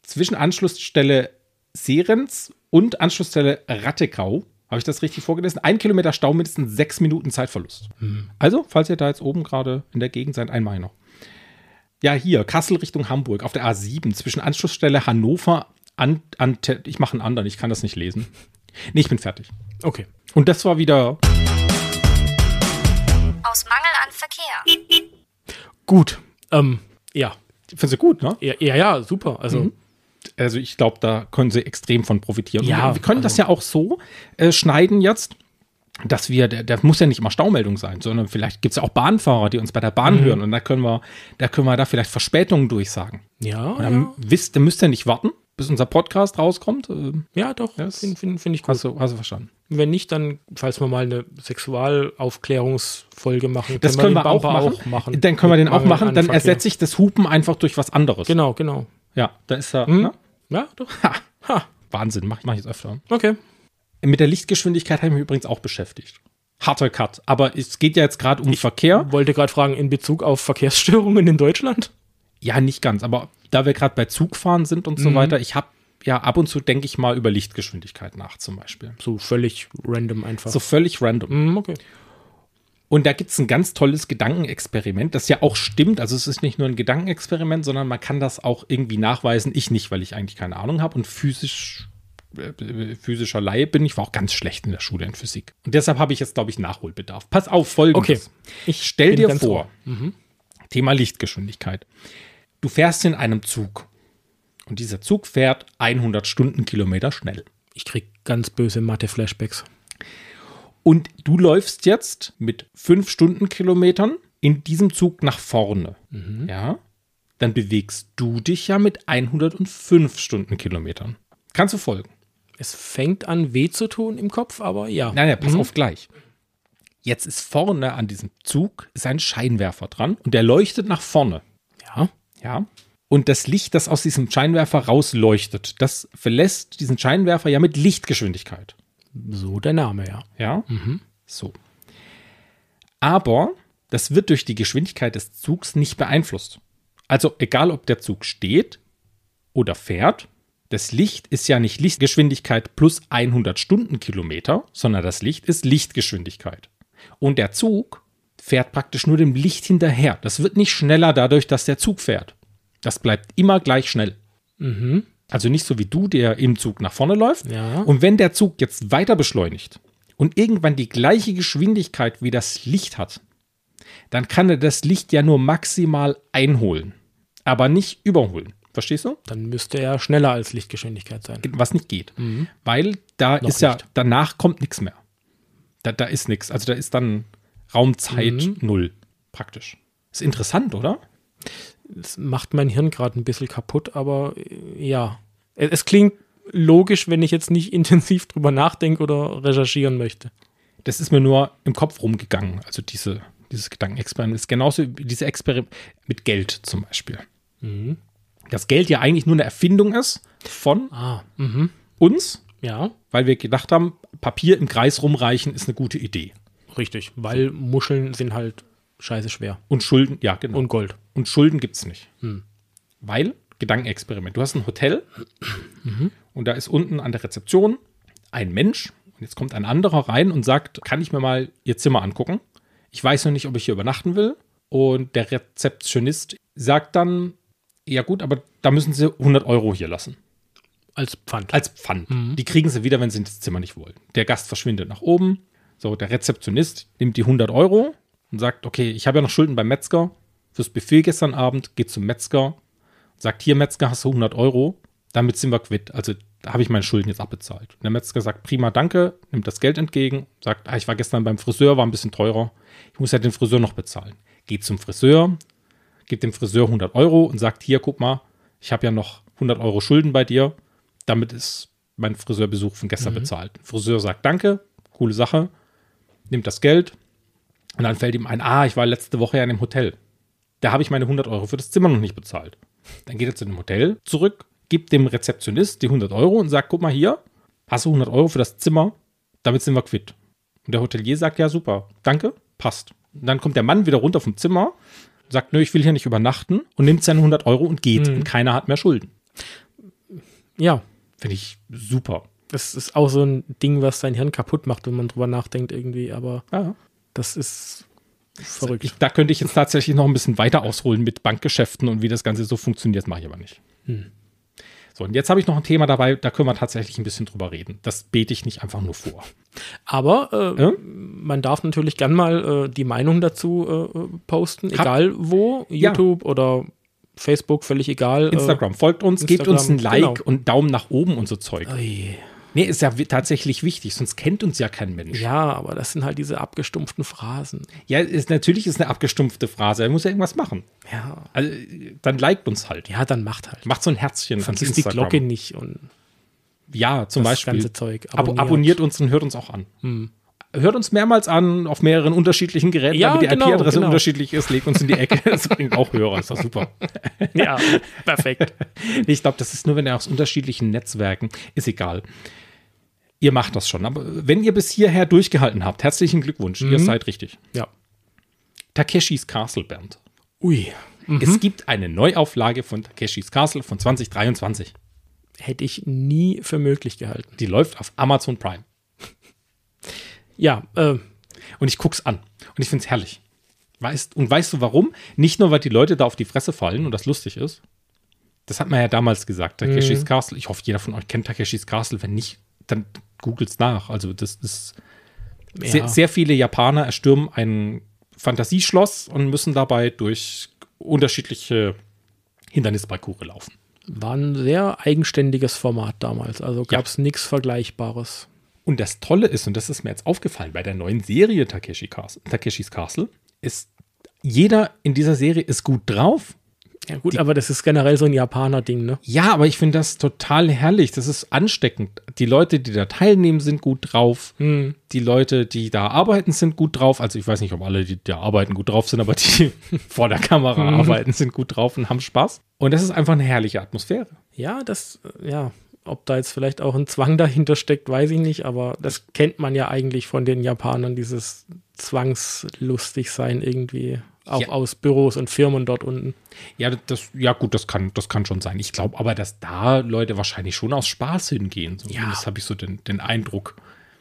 Speaker 1: Zwischen Anschlussstelle Serens und Anschlussstelle Rattekau. Habe ich das richtig vorgelesen? Ein Kilometer Stau, mindestens sechs Minuten Zeitverlust. Also, falls ihr da jetzt oben gerade in der Gegend seid, einmal noch. Ja, hier, Kassel Richtung Hamburg auf der A7 zwischen Anschlussstelle Hannover an. an ich mache einen anderen, ich kann das nicht lesen. Nee, ich bin fertig.
Speaker 2: Okay.
Speaker 1: Und das war wieder.
Speaker 4: Aus Mangel an Verkehr.
Speaker 2: Gut. Ähm, ja.
Speaker 1: Findest du gut, ne?
Speaker 2: ja. Ja, ja, super. Also,
Speaker 1: Also, ich glaube, da können sie extrem von profitieren.
Speaker 2: Ja,
Speaker 1: Und wir können das ja also auch so äh, schneiden jetzt, dass wir, der, der muss ja nicht immer Staumeldung sein, sondern vielleicht gibt es ja auch Bahnfahrer, die uns bei der Bahn hören. Und da können wir, da können wir da vielleicht Verspätungen durchsagen.
Speaker 2: ja.
Speaker 1: Und dann
Speaker 2: Ja,
Speaker 1: wisst, dann müsst ihr nicht warten, bis unser Podcast rauskommt. Ähm,
Speaker 2: ja doch.
Speaker 1: Das-
Speaker 2: Finde find, find ich gut.
Speaker 1: Hast du, hast du verstanden?
Speaker 2: Wenn nicht, dann, falls wir mal eine Sexualaufklärungsfolge machen,
Speaker 1: Das können wir auch machen. Dann können wir den auch machen. Dann ersetze ich das Hupen einfach durch was anderes.
Speaker 2: Genau, genau.
Speaker 1: Ja, da ist er. Ne?
Speaker 2: Ja, doch.
Speaker 1: Ha,
Speaker 2: Ha,
Speaker 1: Wahnsinn, mach, mach ich jetzt öfter.
Speaker 2: okay.
Speaker 1: Mit der Lichtgeschwindigkeit habe ich mich übrigens auch beschäftigt. Harter Cut. Aber es geht ja jetzt gerade um Verkehr.
Speaker 2: Wollte gerade fragen, in Bezug auf Verkehrsstörungen in Deutschland?
Speaker 1: Ja, nicht ganz. Aber da wir gerade bei Zugfahren sind und so weiter, ich habe ja ab und zu denke ich mal über Lichtgeschwindigkeit nach zum Beispiel.
Speaker 2: So völlig random einfach.
Speaker 1: So völlig random.
Speaker 2: Hm, okay.
Speaker 1: Und da gibt's ein ganz tolles Gedankenexperiment, das ja auch stimmt. Also es ist nicht nur ein Gedankenexperiment, sondern man kann das auch irgendwie nachweisen. Ich nicht, weil ich eigentlich keine Ahnung habe. Und physisch, äh, physischer Laie bin ich, war auch ganz schlecht in der Schule in Physik. Und deshalb habe ich jetzt, glaube ich, Nachholbedarf. Pass auf, folgendes.
Speaker 2: Okay.
Speaker 1: Ich stell
Speaker 2: bin
Speaker 1: dir
Speaker 2: ganz Mhm.
Speaker 1: vor, Thema Lichtgeschwindigkeit. Du fährst in einem Zug. Und dieser Zug fährt 100 Stundenkilometer schnell.
Speaker 2: Ich krieg ganz böse Mathe-Flashbacks.
Speaker 1: Und du läufst jetzt mit fünf Stundenkilometern in diesem Zug nach vorne. Ja. Dann bewegst du dich ja mit 105 Stundenkilometern. Kannst du folgen?
Speaker 2: Es fängt an, weh zu tun im Kopf, aber ja.
Speaker 1: Nein, nein, pass auf gleich. Jetzt ist vorne an diesem Zug ist ein Scheinwerfer dran und der leuchtet nach vorne.
Speaker 2: Ja.
Speaker 1: Ja. Und das Licht, das aus diesem Scheinwerfer rausleuchtet, das verlässt diesen Scheinwerfer ja mit Lichtgeschwindigkeit.
Speaker 2: So der Name, ja.
Speaker 1: Ja. So. Aber das wird durch die Geschwindigkeit des Zugs nicht beeinflusst. Also egal, ob der Zug steht oder fährt, das Licht ist ja nicht Lichtgeschwindigkeit plus 100 Stundenkilometer, sondern das Licht ist Lichtgeschwindigkeit. Und der Zug fährt praktisch nur dem Licht hinterher. Das wird nicht schneller dadurch, dass der Zug fährt. Das bleibt immer gleich schnell. Also nicht so wie du, der im Zug nach vorne läuft.
Speaker 2: Ja.
Speaker 1: Und wenn der Zug jetzt weiter beschleunigt und irgendwann die gleiche Geschwindigkeit wie das Licht hat, dann kann er das Licht ja nur maximal einholen, aber nicht überholen. Verstehst du?
Speaker 2: Dann müsste er schneller als Lichtgeschwindigkeit sein.
Speaker 1: Was nicht geht. Weil da
Speaker 2: Mhm. Noch
Speaker 1: ist ja,
Speaker 2: nicht.
Speaker 1: danach kommt nichts mehr. Da, da ist nichts. Also da ist dann Raumzeit
Speaker 2: Mhm.
Speaker 1: null praktisch. Ist interessant, oder?
Speaker 2: Das macht mein Hirn gerade ein bisschen kaputt, aber äh, ja. Es, es klingt logisch, wenn ich jetzt nicht [laughs] intensiv drüber nachdenke oder recherchieren möchte.
Speaker 1: das ist mir nur im Kopf rumgegangen. Also diese, dieses Gedankenexperiment ist genauso wie diese Experiment mit Geld zum Beispiel.
Speaker 2: Mhm.
Speaker 1: Das Geld ja eigentlich nur eine Erfindung ist von
Speaker 2: Ah,
Speaker 1: uns,
Speaker 2: ja.
Speaker 1: weil wir gedacht haben, Papier im Kreis rumreichen ist eine gute Idee.
Speaker 2: Richtig, weil Muscheln sind halt scheiße schwer.
Speaker 1: Und Schulden, ja genau.
Speaker 2: Und Gold.
Speaker 1: Und Schulden gibt es nicht. Weil, Gedankenexperiment, du hast ein Hotel und da ist unten an der Rezeption ein Mensch und jetzt kommt ein anderer rein und sagt, kann ich mir mal Ihr Zimmer angucken? Ich weiß noch nicht, ob ich hier übernachten will. Und der Rezeptionist sagt dann, Ja gut, aber da müssen sie 100 Euro hier lassen.
Speaker 2: Als Pfand.
Speaker 1: Als Pfand. Die kriegen sie wieder, wenn sie ins Zimmer nicht wollen. Der Gast verschwindet nach oben. So, der Rezeptionist nimmt die 100 Euro und sagt, okay, ich habe ja noch Schulden beim Metzger. Fürs Buffet gestern Abend geht zum Metzger. Sagt, hier Metzger, hast du 100 Euro. Damit sind wir quitt. Also da habe ich meine Schulden jetzt abbezahlt. Und der Metzger sagt, prima, danke, nimmt das Geld entgegen. Sagt, ah, ich war gestern beim Friseur, war ein bisschen teurer. Ich muss ja den Friseur noch bezahlen. Geht zum Friseur, gibt dem Friseur 100 Euro und sagt, hier, guck mal, ich habe ja noch 100 Euro Schulden bei dir. Damit ist mein Friseurbesuch von gestern bezahlt. Friseur sagt, danke, coole Sache, nimmt das Geld und dann fällt ihm ein, ah, ich war letzte Woche ja in dem Hotel. Da habe ich meine 100 Euro für das Zimmer noch nicht bezahlt. Dann geht er zu dem Hotel zurück, gibt dem Rezeptionist die 100 Euro und sagt, guck mal hier, hast du 100 Euro für das Zimmer, damit sind wir quitt. Und der Hotelier sagt, ja super, danke, passt. Und dann kommt der Mann wieder runter vom Zimmer, sagt, nö, ich will hier nicht übernachten und nimmt seine 100 Euro und geht
Speaker 2: Mhm.
Speaker 1: und keiner hat mehr Schulden.
Speaker 2: ja.
Speaker 1: Finde ich super.
Speaker 2: Das ist auch so ein Ding, was sein Hirn kaputt macht, wenn man drüber nachdenkt irgendwie, aber
Speaker 1: Ja.
Speaker 2: das ist verrückt.
Speaker 1: Ich, da könnte ich jetzt tatsächlich noch ein bisschen weiter ausholen mit Bankgeschäften und wie das Ganze so funktioniert, mache ich aber nicht.
Speaker 2: Hm.
Speaker 1: So, und jetzt habe ich noch ein Thema dabei, da können wir tatsächlich ein bisschen drüber reden. Das bete ich nicht einfach nur vor.
Speaker 2: Oh. aber äh,
Speaker 1: Ja?
Speaker 2: man darf natürlich gern mal äh, die Meinung dazu äh, äh, posten, egal wo,
Speaker 1: Ja.
Speaker 2: YouTube oder Facebook, völlig egal. äh,
Speaker 1: Instagram, folgt uns, gebt
Speaker 2: Instagram,
Speaker 1: uns ein Like
Speaker 2: genau.
Speaker 1: und Daumen nach oben und so Zeug.
Speaker 2: Äh, ui.
Speaker 1: Nee, ist ja wi- tatsächlich wichtig, sonst kennt uns ja kein Mensch.
Speaker 2: ja, aber das sind halt diese abgestumpften Phrasen.
Speaker 1: Ja, ist, natürlich ist eine abgestumpfte Phrase, er muss ja irgendwas machen.
Speaker 2: Ja,
Speaker 1: Also, äh, dann liked uns halt.
Speaker 2: ja dann macht halt.
Speaker 1: Macht so ein Herzchen ans
Speaker 2: Vergiss die
Speaker 1: Instagram.
Speaker 2: Glocke nicht und
Speaker 1: Ja, zum
Speaker 2: das
Speaker 1: Beispiel.
Speaker 2: ganze Zeug.
Speaker 1: Abonniert.
Speaker 2: Abonniert. Hm.
Speaker 1: Ab abonniert uns und hört uns auch an. Hört uns mehrmals an auf mehreren unterschiedlichen Geräten,
Speaker 2: Ja,
Speaker 1: damit die
Speaker 2: genau,
Speaker 1: IP-Adresse
Speaker 2: genau.
Speaker 1: unterschiedlich ist. Legt uns in die Ecke.
Speaker 2: [laughs]
Speaker 1: Das bringt auch Hörer. Ist doch super.
Speaker 2: [laughs] ja, perfekt.
Speaker 1: Ich glaube, das ist nur, wenn er aus unterschiedlichen Netzwerken ist, egal. Ihr macht das schon. Aber wenn ihr bis hierher durchgehalten habt, herzlichen Glückwunsch. Ihr
Speaker 2: Mhm.
Speaker 1: seid richtig.
Speaker 2: Ja.
Speaker 1: Takeshis Castle Band.
Speaker 2: Ui, Mhm.
Speaker 1: Es gibt eine Neuauflage von Takeshis Castle von 2023.
Speaker 2: hätte ich nie für möglich gehalten.
Speaker 1: Die läuft auf Amazon Prime.
Speaker 2: Ja, äh,
Speaker 1: Und ich guck's an. Und ich find's herrlich. Weißt, und weißt du warum? Nicht nur, weil die Leute da auf die Fresse fallen und das lustig ist. Das hat man ja damals gesagt, Takeshis Castle. Ich hoffe, jeder von euch kennt Takeshis Castle. Wenn nicht, dann googelt's nach. Also das ist sehr, sehr viele Japaner erstürmen ein Fantasieschloss und müssen dabei durch unterschiedliche Hindernisparcours laufen.
Speaker 2: war ein sehr eigenständiges Format damals. Also gab es nichts Vergleichbares.
Speaker 1: Und das Tolle ist, und das ist mir jetzt aufgefallen, bei der neuen Serie Takeshi Castle, Takeshis Castle ist jeder in dieser Serie ist gut drauf.
Speaker 2: Ja, gut, aber das ist generell so ein Japaner-Ding, ne?
Speaker 1: Ja, aber ich finde das total herrlich. Das ist ansteckend. Die Leute, die da teilnehmen, sind gut drauf. Die Leute, die da arbeiten, sind gut drauf. Also ich weiß nicht, ob alle, die da arbeiten, gut drauf sind, aber die [laughs] vor der Kamera arbeiten, sind gut drauf und haben Spaß. Und das ist einfach eine herrliche Atmosphäre.
Speaker 2: Ja, das, äh, ja. Ob da jetzt vielleicht auch ein Zwang dahinter steckt, weiß ich nicht, aber das kennt man ja eigentlich von den Japanern, dieses Zwangslustigsein irgendwie, auch
Speaker 1: Ja.
Speaker 2: aus Büros und Firmen dort unten.
Speaker 1: Ja, das, ja gut, das kann, das kann schon sein. Ich glaube aber, dass da Leute wahrscheinlich schon aus Spaß hingehen. So,
Speaker 2: Ja.
Speaker 1: Das habe ich so den, den Eindruck.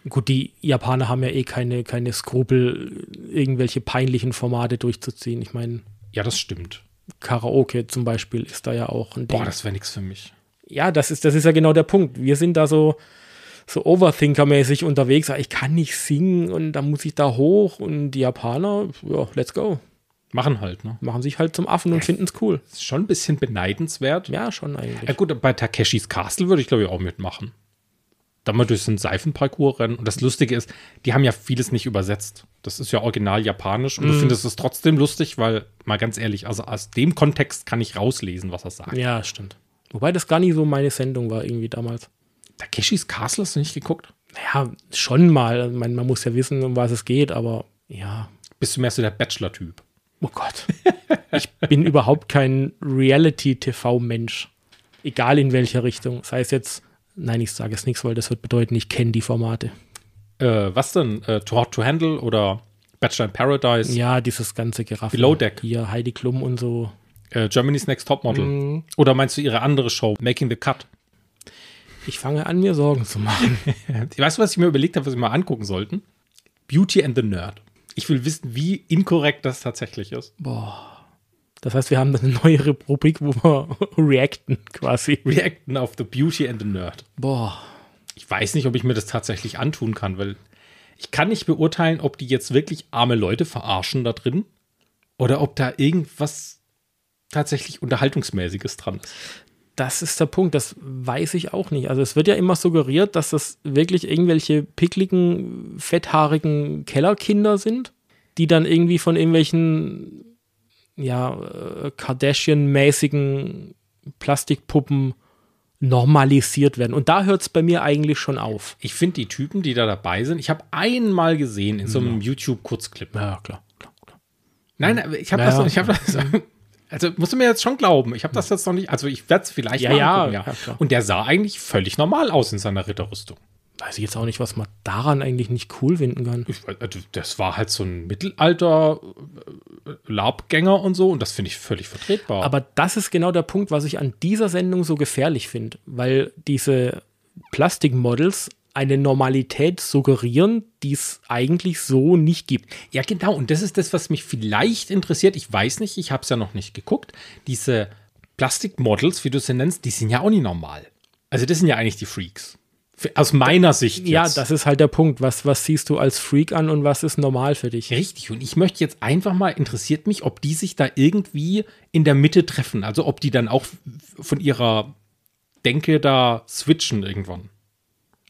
Speaker 2: Gut, die Japaner haben ja eh keine, keine Skrupel, irgendwelche peinlichen Formate durchzuziehen. Ich meine,
Speaker 1: Ja, das stimmt.
Speaker 2: Karaoke zum Beispiel ist da ja auch ein Ding.
Speaker 1: Boah, das wäre nichts für mich.
Speaker 2: ja, das ist, das ist ja genau der Punkt. Wir sind da so, so Overthinker-mäßig unterwegs. Ah, Ich kann nicht singen und dann muss ich da hoch. Und die Japaner, ja, let's go.
Speaker 1: Machen halt, ne?
Speaker 2: Machen sich halt zum Affen und finden es cool.
Speaker 1: Das ist schon ein bisschen beneidenswert.
Speaker 2: Ja, schon eigentlich.
Speaker 1: Ja gut, bei Takeshis Castle würde ich glaube ich auch mitmachen. Da mal durch so einen Seifenparcours rennen. Und das Lustige ist, die haben ja vieles nicht übersetzt. Das ist ja original japanisch und du findest es trotzdem lustig, weil, mal ganz ehrlich, also aus dem Kontext kann ich rauslesen, was er sagt.
Speaker 2: Ja, stimmt. Wobei das gar nicht so meine Sendung war irgendwie damals.
Speaker 1: Takeshis Castle hast du nicht geguckt?
Speaker 2: Ja, schon mal. Ich meine, man muss ja wissen, um was es geht, aber ja.
Speaker 1: Bist du mehr so der Bachelor-Typ?
Speaker 2: Oh Gott. [laughs] Ich bin überhaupt kein Reality-TV-Mensch. Egal in welcher Richtung. Sei es jetzt, nein, ich sage es nichts, weil das wird bedeuten, ich kenne die Formate.
Speaker 1: Äh, was denn? Äh, Too Hot to Handle oder Bachelor in Paradise?
Speaker 2: Ja, dieses ganze Giraffe.
Speaker 1: Below Deck.
Speaker 2: Hier Heidi Klum und so.
Speaker 1: Äh, Germany's Next Topmodel? Oder meinst du ihre andere Show, Making the Cut?
Speaker 2: Ich fange an, mir Sorgen zu [laughs] machen.
Speaker 1: Weißt du, was ich mir überlegt habe, was wir mal angucken sollten? Beauty and the Nerd. Ich will wissen, wie inkorrekt das tatsächlich ist.
Speaker 2: Boah. Das heißt, wir haben dann eine neue Re- Rubrik, wo wir [laughs] reacten quasi.
Speaker 1: Reacten auf The Beauty and the Nerd.
Speaker 2: Boah.
Speaker 1: Ich weiß nicht, ob ich mir das tatsächlich antun kann, weil ich kann nicht beurteilen, ob die jetzt wirklich arme Leute verarschen da drin oder ob da irgendwas tatsächlich Unterhaltungsmäßiges dran ist.
Speaker 2: Das ist der Punkt, das weiß ich auch nicht. Also es wird ja immer suggeriert, dass das wirklich irgendwelche pickligen, fetthaarigen Kellerkinder sind, die dann irgendwie von irgendwelchen ja, äh, Kardashian-mäßigen Plastikpuppen normalisiert werden. Und da hört es bei mir eigentlich schon auf.
Speaker 1: Ich finde die Typen, die da dabei sind, ich habe einmal gesehen in so einem YouTube-Kurzclip.
Speaker 2: Ja, klar. klar, klar.
Speaker 1: Nein, aber ich habe
Speaker 2: Naja.
Speaker 1: das noch, ich habe das.
Speaker 2: [laughs]
Speaker 1: Also musst du mir jetzt schon glauben, ich habe das jetzt noch nicht, also ich werde es vielleicht
Speaker 2: Ja,
Speaker 1: mal
Speaker 2: ja,
Speaker 1: angucken,
Speaker 2: ja, klar.
Speaker 1: Und der sah eigentlich völlig normal aus in seiner Ritterrüstung.
Speaker 2: Weiß ich jetzt auch nicht, was man daran eigentlich nicht cool finden kann.
Speaker 1: Ich weiß, also das war halt so ein Mittelalter äh, Labgänger und so und das finde ich völlig vertretbar.
Speaker 2: Aber das ist genau der Punkt, was ich an dieser Sendung so gefährlich finde, weil diese Plastikmodels eine Normalität suggerieren, die es eigentlich so nicht gibt.
Speaker 1: ja, genau, und das ist das, was mich vielleicht interessiert. Ich weiß nicht, ich habe es ja noch nicht geguckt. Diese Plastikmodels, wie du sie nennst, die sind ja auch nicht normal. Also das sind ja eigentlich die Freaks. Für- Aus meiner Sicht
Speaker 2: Ja,
Speaker 1: jetzt.
Speaker 2: das ist halt der Punkt. Was, was siehst du als Freak an und was ist normal für dich?
Speaker 1: Richtig, und ich möchte jetzt einfach mal, interessiert mich, ob die sich da irgendwie in der Mitte treffen. Also ob die dann auch von ihrer Denke da switchen irgendwann.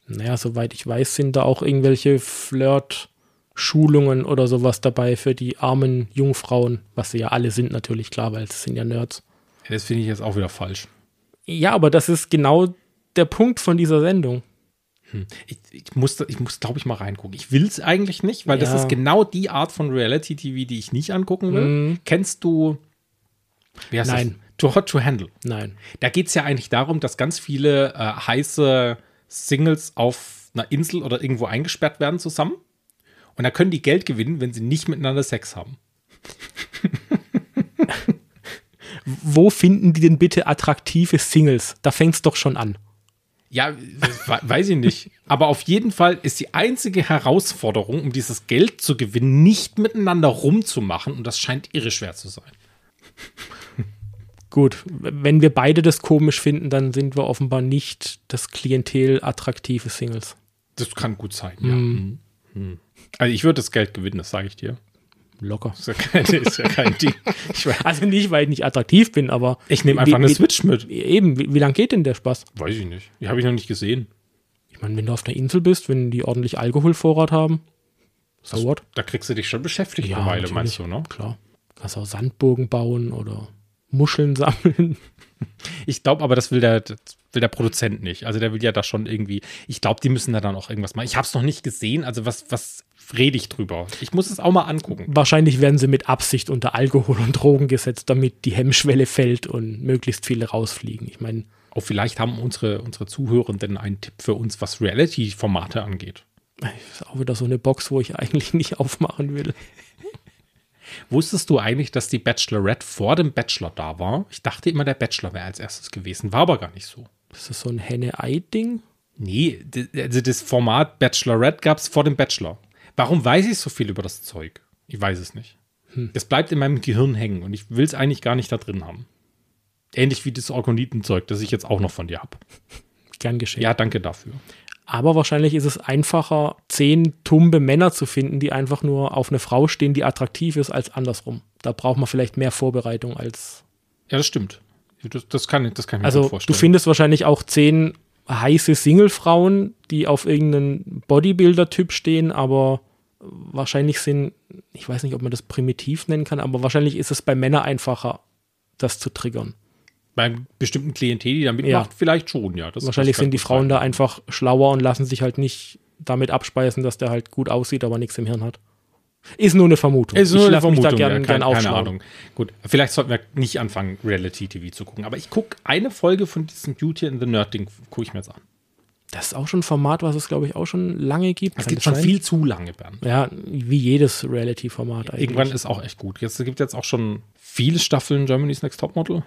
Speaker 2: Naja, soweit ich weiß, sind da auch irgendwelche Flirt-Schulungen oder sowas dabei für die armen Jungfrauen, was sie ja alle sind natürlich, klar, weil es sind ja Nerds.
Speaker 1: Ja, Das finde ich jetzt auch wieder falsch.
Speaker 2: Ja, aber das ist genau der Punkt von dieser Sendung.
Speaker 1: Ich, ich muss, da- ich muss glaube ich, mal reingucken. Ich will es eigentlich nicht, weil das
Speaker 2: Ja.
Speaker 1: ist genau die Art von Reality-TV, die ich nicht angucken will. Kennst du, wie heißt
Speaker 2: Mhm. Nein.
Speaker 1: das? Too Hot to Handle.
Speaker 2: Nein.
Speaker 1: Da geht es ja eigentlich darum, dass ganz viele äh, heiße Singles auf einer Insel oder irgendwo eingesperrt werden zusammen. Und da können die Geld gewinnen, wenn sie nicht miteinander Sex haben.
Speaker 2: wo finden die denn bitte attraktive Singles? Da fängt's doch schon an.
Speaker 1: Ja, [laughs] das we- weiß ich nicht. Aber auf jeden Fall ist die einzige Herausforderung, um dieses Geld zu gewinnen, nicht miteinander rumzumachen. Und das scheint irre schwer zu sein.
Speaker 2: Gut, w- wenn wir beide das komisch finden, dann sind wir offenbar nicht das Klientel attraktive Singles.
Speaker 1: Das kann gut sein, ja. Mhm. Also ich würde das Geld gewinnen, das sage ich dir.
Speaker 2: Locker. [laughs]
Speaker 1: Das ist ja kein, [laughs] das ist ja kein Ding. Ich, weiß-
Speaker 2: Also nicht, weil ich nicht attraktiv bin, aber.
Speaker 1: ich nehme einfach
Speaker 2: wie,
Speaker 1: eine
Speaker 2: wie,
Speaker 1: Switch mit.
Speaker 2: Eben, wie, wie lang geht denn der Spaß?
Speaker 1: Weiß ich nicht. Die habe ich noch nicht gesehen.
Speaker 2: Ich meine, wenn du auf einer Insel bist, wenn die ordentlich Alkoholvorrat haben, so what?
Speaker 1: Da kriegst du dich schon beschäftigt Also eine Weile,
Speaker 2: natürlich.
Speaker 1: meinst du, ne?
Speaker 2: Klar. Kannst auch Sandburgen bauen oder Muscheln sammeln.
Speaker 1: Ich glaube aber, das will der, das will der Produzent nicht. Also der will ja da schon irgendwie. Ich glaube, die müssen da dann auch irgendwas machen. Ich habe es noch nicht gesehen, also was, was rede ich drüber? Ich muss es auch mal angucken.
Speaker 2: Wahrscheinlich werden sie mit Absicht unter Alkohol und Drogen gesetzt, damit die Hemmschwelle fällt und möglichst viele rausfliegen. Ich meine,
Speaker 1: Auch vielleicht haben unsere, unsere Zuhörenden einen Tipp für uns, was Reality-Formate angeht.
Speaker 2: das ist auch wieder so eine Box, wo ich [laughs] eigentlich nicht aufmachen will.
Speaker 1: Wusstest du eigentlich, dass die Bachelorette vor dem Bachelor da war? Ich dachte immer, der Bachelor wäre als erstes gewesen, war aber gar nicht so.
Speaker 2: Ist das so ein Henne-Ei-Ding?
Speaker 1: Nee, d- also das Format Bachelorette gab es vor dem Bachelor. Warum weiß ich so viel über das Zeug? Ich weiß es nicht.
Speaker 2: Hm.
Speaker 1: Es bleibt in meinem Gehirn hängen und ich will es eigentlich gar nicht da drin haben. Ähnlich wie das Orgonitenzeug, das ich jetzt auch noch von dir habe.
Speaker 2: Gern geschehen.
Speaker 1: Ja, danke dafür.
Speaker 2: Aber wahrscheinlich ist es einfacher, zehn tumbe Männer zu finden, die einfach nur auf eine Frau stehen, die attraktiv ist, als andersrum. Da braucht man vielleicht mehr Vorbereitung als.
Speaker 1: Ja, das stimmt. Das, das, kann, das kann ich mir gut
Speaker 2: Also, du
Speaker 1: vorstellen.
Speaker 2: findest wahrscheinlich auch zehn heiße Single-Frauen, die auf irgendeinen Bodybuilder-Typ stehen, aber wahrscheinlich sind, ich weiß nicht, ob man das primitiv nennen kann, aber wahrscheinlich ist es bei Männern einfacher, das zu triggern.
Speaker 1: Beim bestimmten Klientel, die da mitmacht,
Speaker 2: Ja.
Speaker 1: vielleicht schon, ja. Das,
Speaker 2: Wahrscheinlich
Speaker 1: das kann
Speaker 2: sind die
Speaker 1: gut
Speaker 2: Frauen
Speaker 1: sein.
Speaker 2: da einfach schlauer und lassen sich halt nicht damit abspeisen, dass der halt gut aussieht, aber nichts im Hirn hat. Ist nur eine Vermutung.
Speaker 1: Ist nur
Speaker 2: ich
Speaker 1: Äh, eine
Speaker 2: lass mich
Speaker 1: Vermutung,
Speaker 2: da gern,
Speaker 1: ja,
Speaker 2: gern
Speaker 1: keine, keine
Speaker 2: aufschlagen.
Speaker 1: Ahnung. Gut, vielleicht sollten wir nicht anfangen, Reality-TV zu gucken. Aber ich gucke eine Folge von diesem Beauty and the Nerd-Ding, gucke ich mir jetzt an.
Speaker 2: Das ist auch schon ein Format, was es, glaube ich, auch schon lange gibt.
Speaker 1: Es
Speaker 2: Kann
Speaker 1: gibt
Speaker 2: das
Speaker 1: schon
Speaker 2: sein?
Speaker 1: viel zu lange, Bernd.
Speaker 2: Ja, wie jedes Reality-Format eigentlich.
Speaker 1: Irgendwann ist auch echt gut. Jetzt es gibt jetzt auch schon viele Staffeln Germany's Next Topmodel.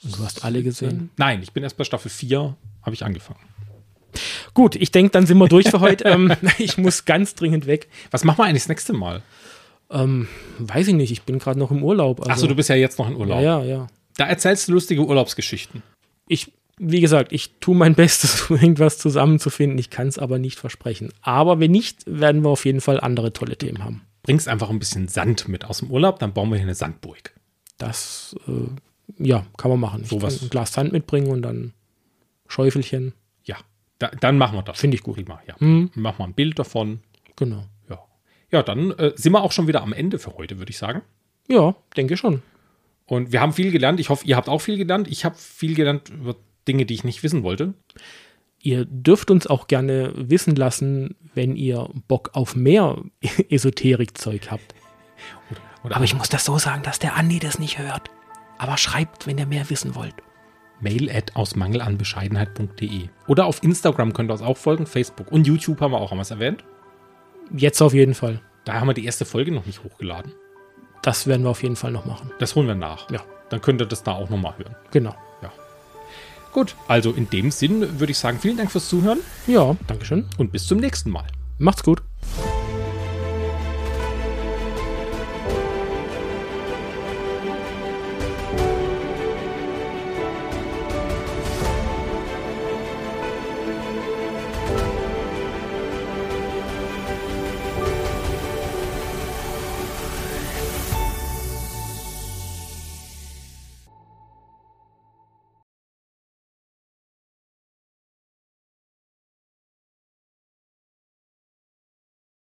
Speaker 2: du hast alle gesehen.
Speaker 1: Nein, ich bin erst bei Staffel 4, habe ich angefangen. [laughs]
Speaker 2: Gut, [laughs] ich denke, dann sind wir durch für heute. ähm, ich muss ganz dringend weg.
Speaker 1: Was machen wir eigentlich das nächste Mal?
Speaker 2: Ähm, weiß ich nicht, ich bin gerade noch im Urlaub. Also,
Speaker 1: Achso, du bist ja jetzt noch in Urlaub.
Speaker 2: ja, ja, ja.
Speaker 1: Da erzählst du lustige Urlaubsgeschichten.
Speaker 2: Ich, wie gesagt, ich tue mein [laughs] Bestes, um irgendwas zusammenzufinden. Ich kann es aber nicht versprechen. Aber wenn nicht, werden wir auf jeden Fall andere tolle Themen haben.
Speaker 1: Bringst einfach ein bisschen Sand mit aus dem Urlaub, dann bauen wir hier eine Sandburg.
Speaker 2: Das, äh, ja, kann man machen. Ich
Speaker 1: Sowas.
Speaker 2: kann ein Glas Sand mitbringen und dann Schäufelchen.
Speaker 1: Ja, da, dann machen wir das.
Speaker 2: Finde ich gut.
Speaker 1: Prima, ja.
Speaker 2: Hm.
Speaker 1: Machen wir ein Bild davon.
Speaker 2: Genau.
Speaker 1: Ja, ja dann äh, sind wir auch schon wieder am Ende für heute, würde ich sagen.
Speaker 2: Ja, denke schon.
Speaker 1: Und wir haben viel gelernt. Ich hoffe, ihr habt auch viel gelernt. Ich habe viel gelernt über Dinge, die ich nicht wissen wollte.
Speaker 2: Ihr dürft uns auch gerne wissen lassen, wenn ihr Bock auf mehr [laughs] Esoterikzeug habt.
Speaker 1: Oder
Speaker 2: Aber ich muss das so sagen, dass der Andi das nicht hört. Aber schreibt, wenn ihr mehr wissen wollt.
Speaker 1: mail at aus Mangel an Bescheidenheit.de. Oder auf Instagram könnt ihr uns auch folgen, Facebook und YouTube haben wir auch, haben wir es erwähnt.
Speaker 2: Jetzt auf jeden Fall.
Speaker 1: Da haben wir die erste Folge noch nicht hochgeladen.
Speaker 2: Das werden wir auf jeden Fall noch machen.
Speaker 1: Das holen wir nach.
Speaker 2: Ja.
Speaker 1: Dann könnt ihr das da auch nochmal hören.
Speaker 2: Genau.
Speaker 1: Ja. Gut, also in dem Sinn würde ich sagen, vielen Dank fürs Zuhören
Speaker 2: Ja, Dankeschön.
Speaker 1: und bis zum nächsten Mal.
Speaker 2: Macht's gut.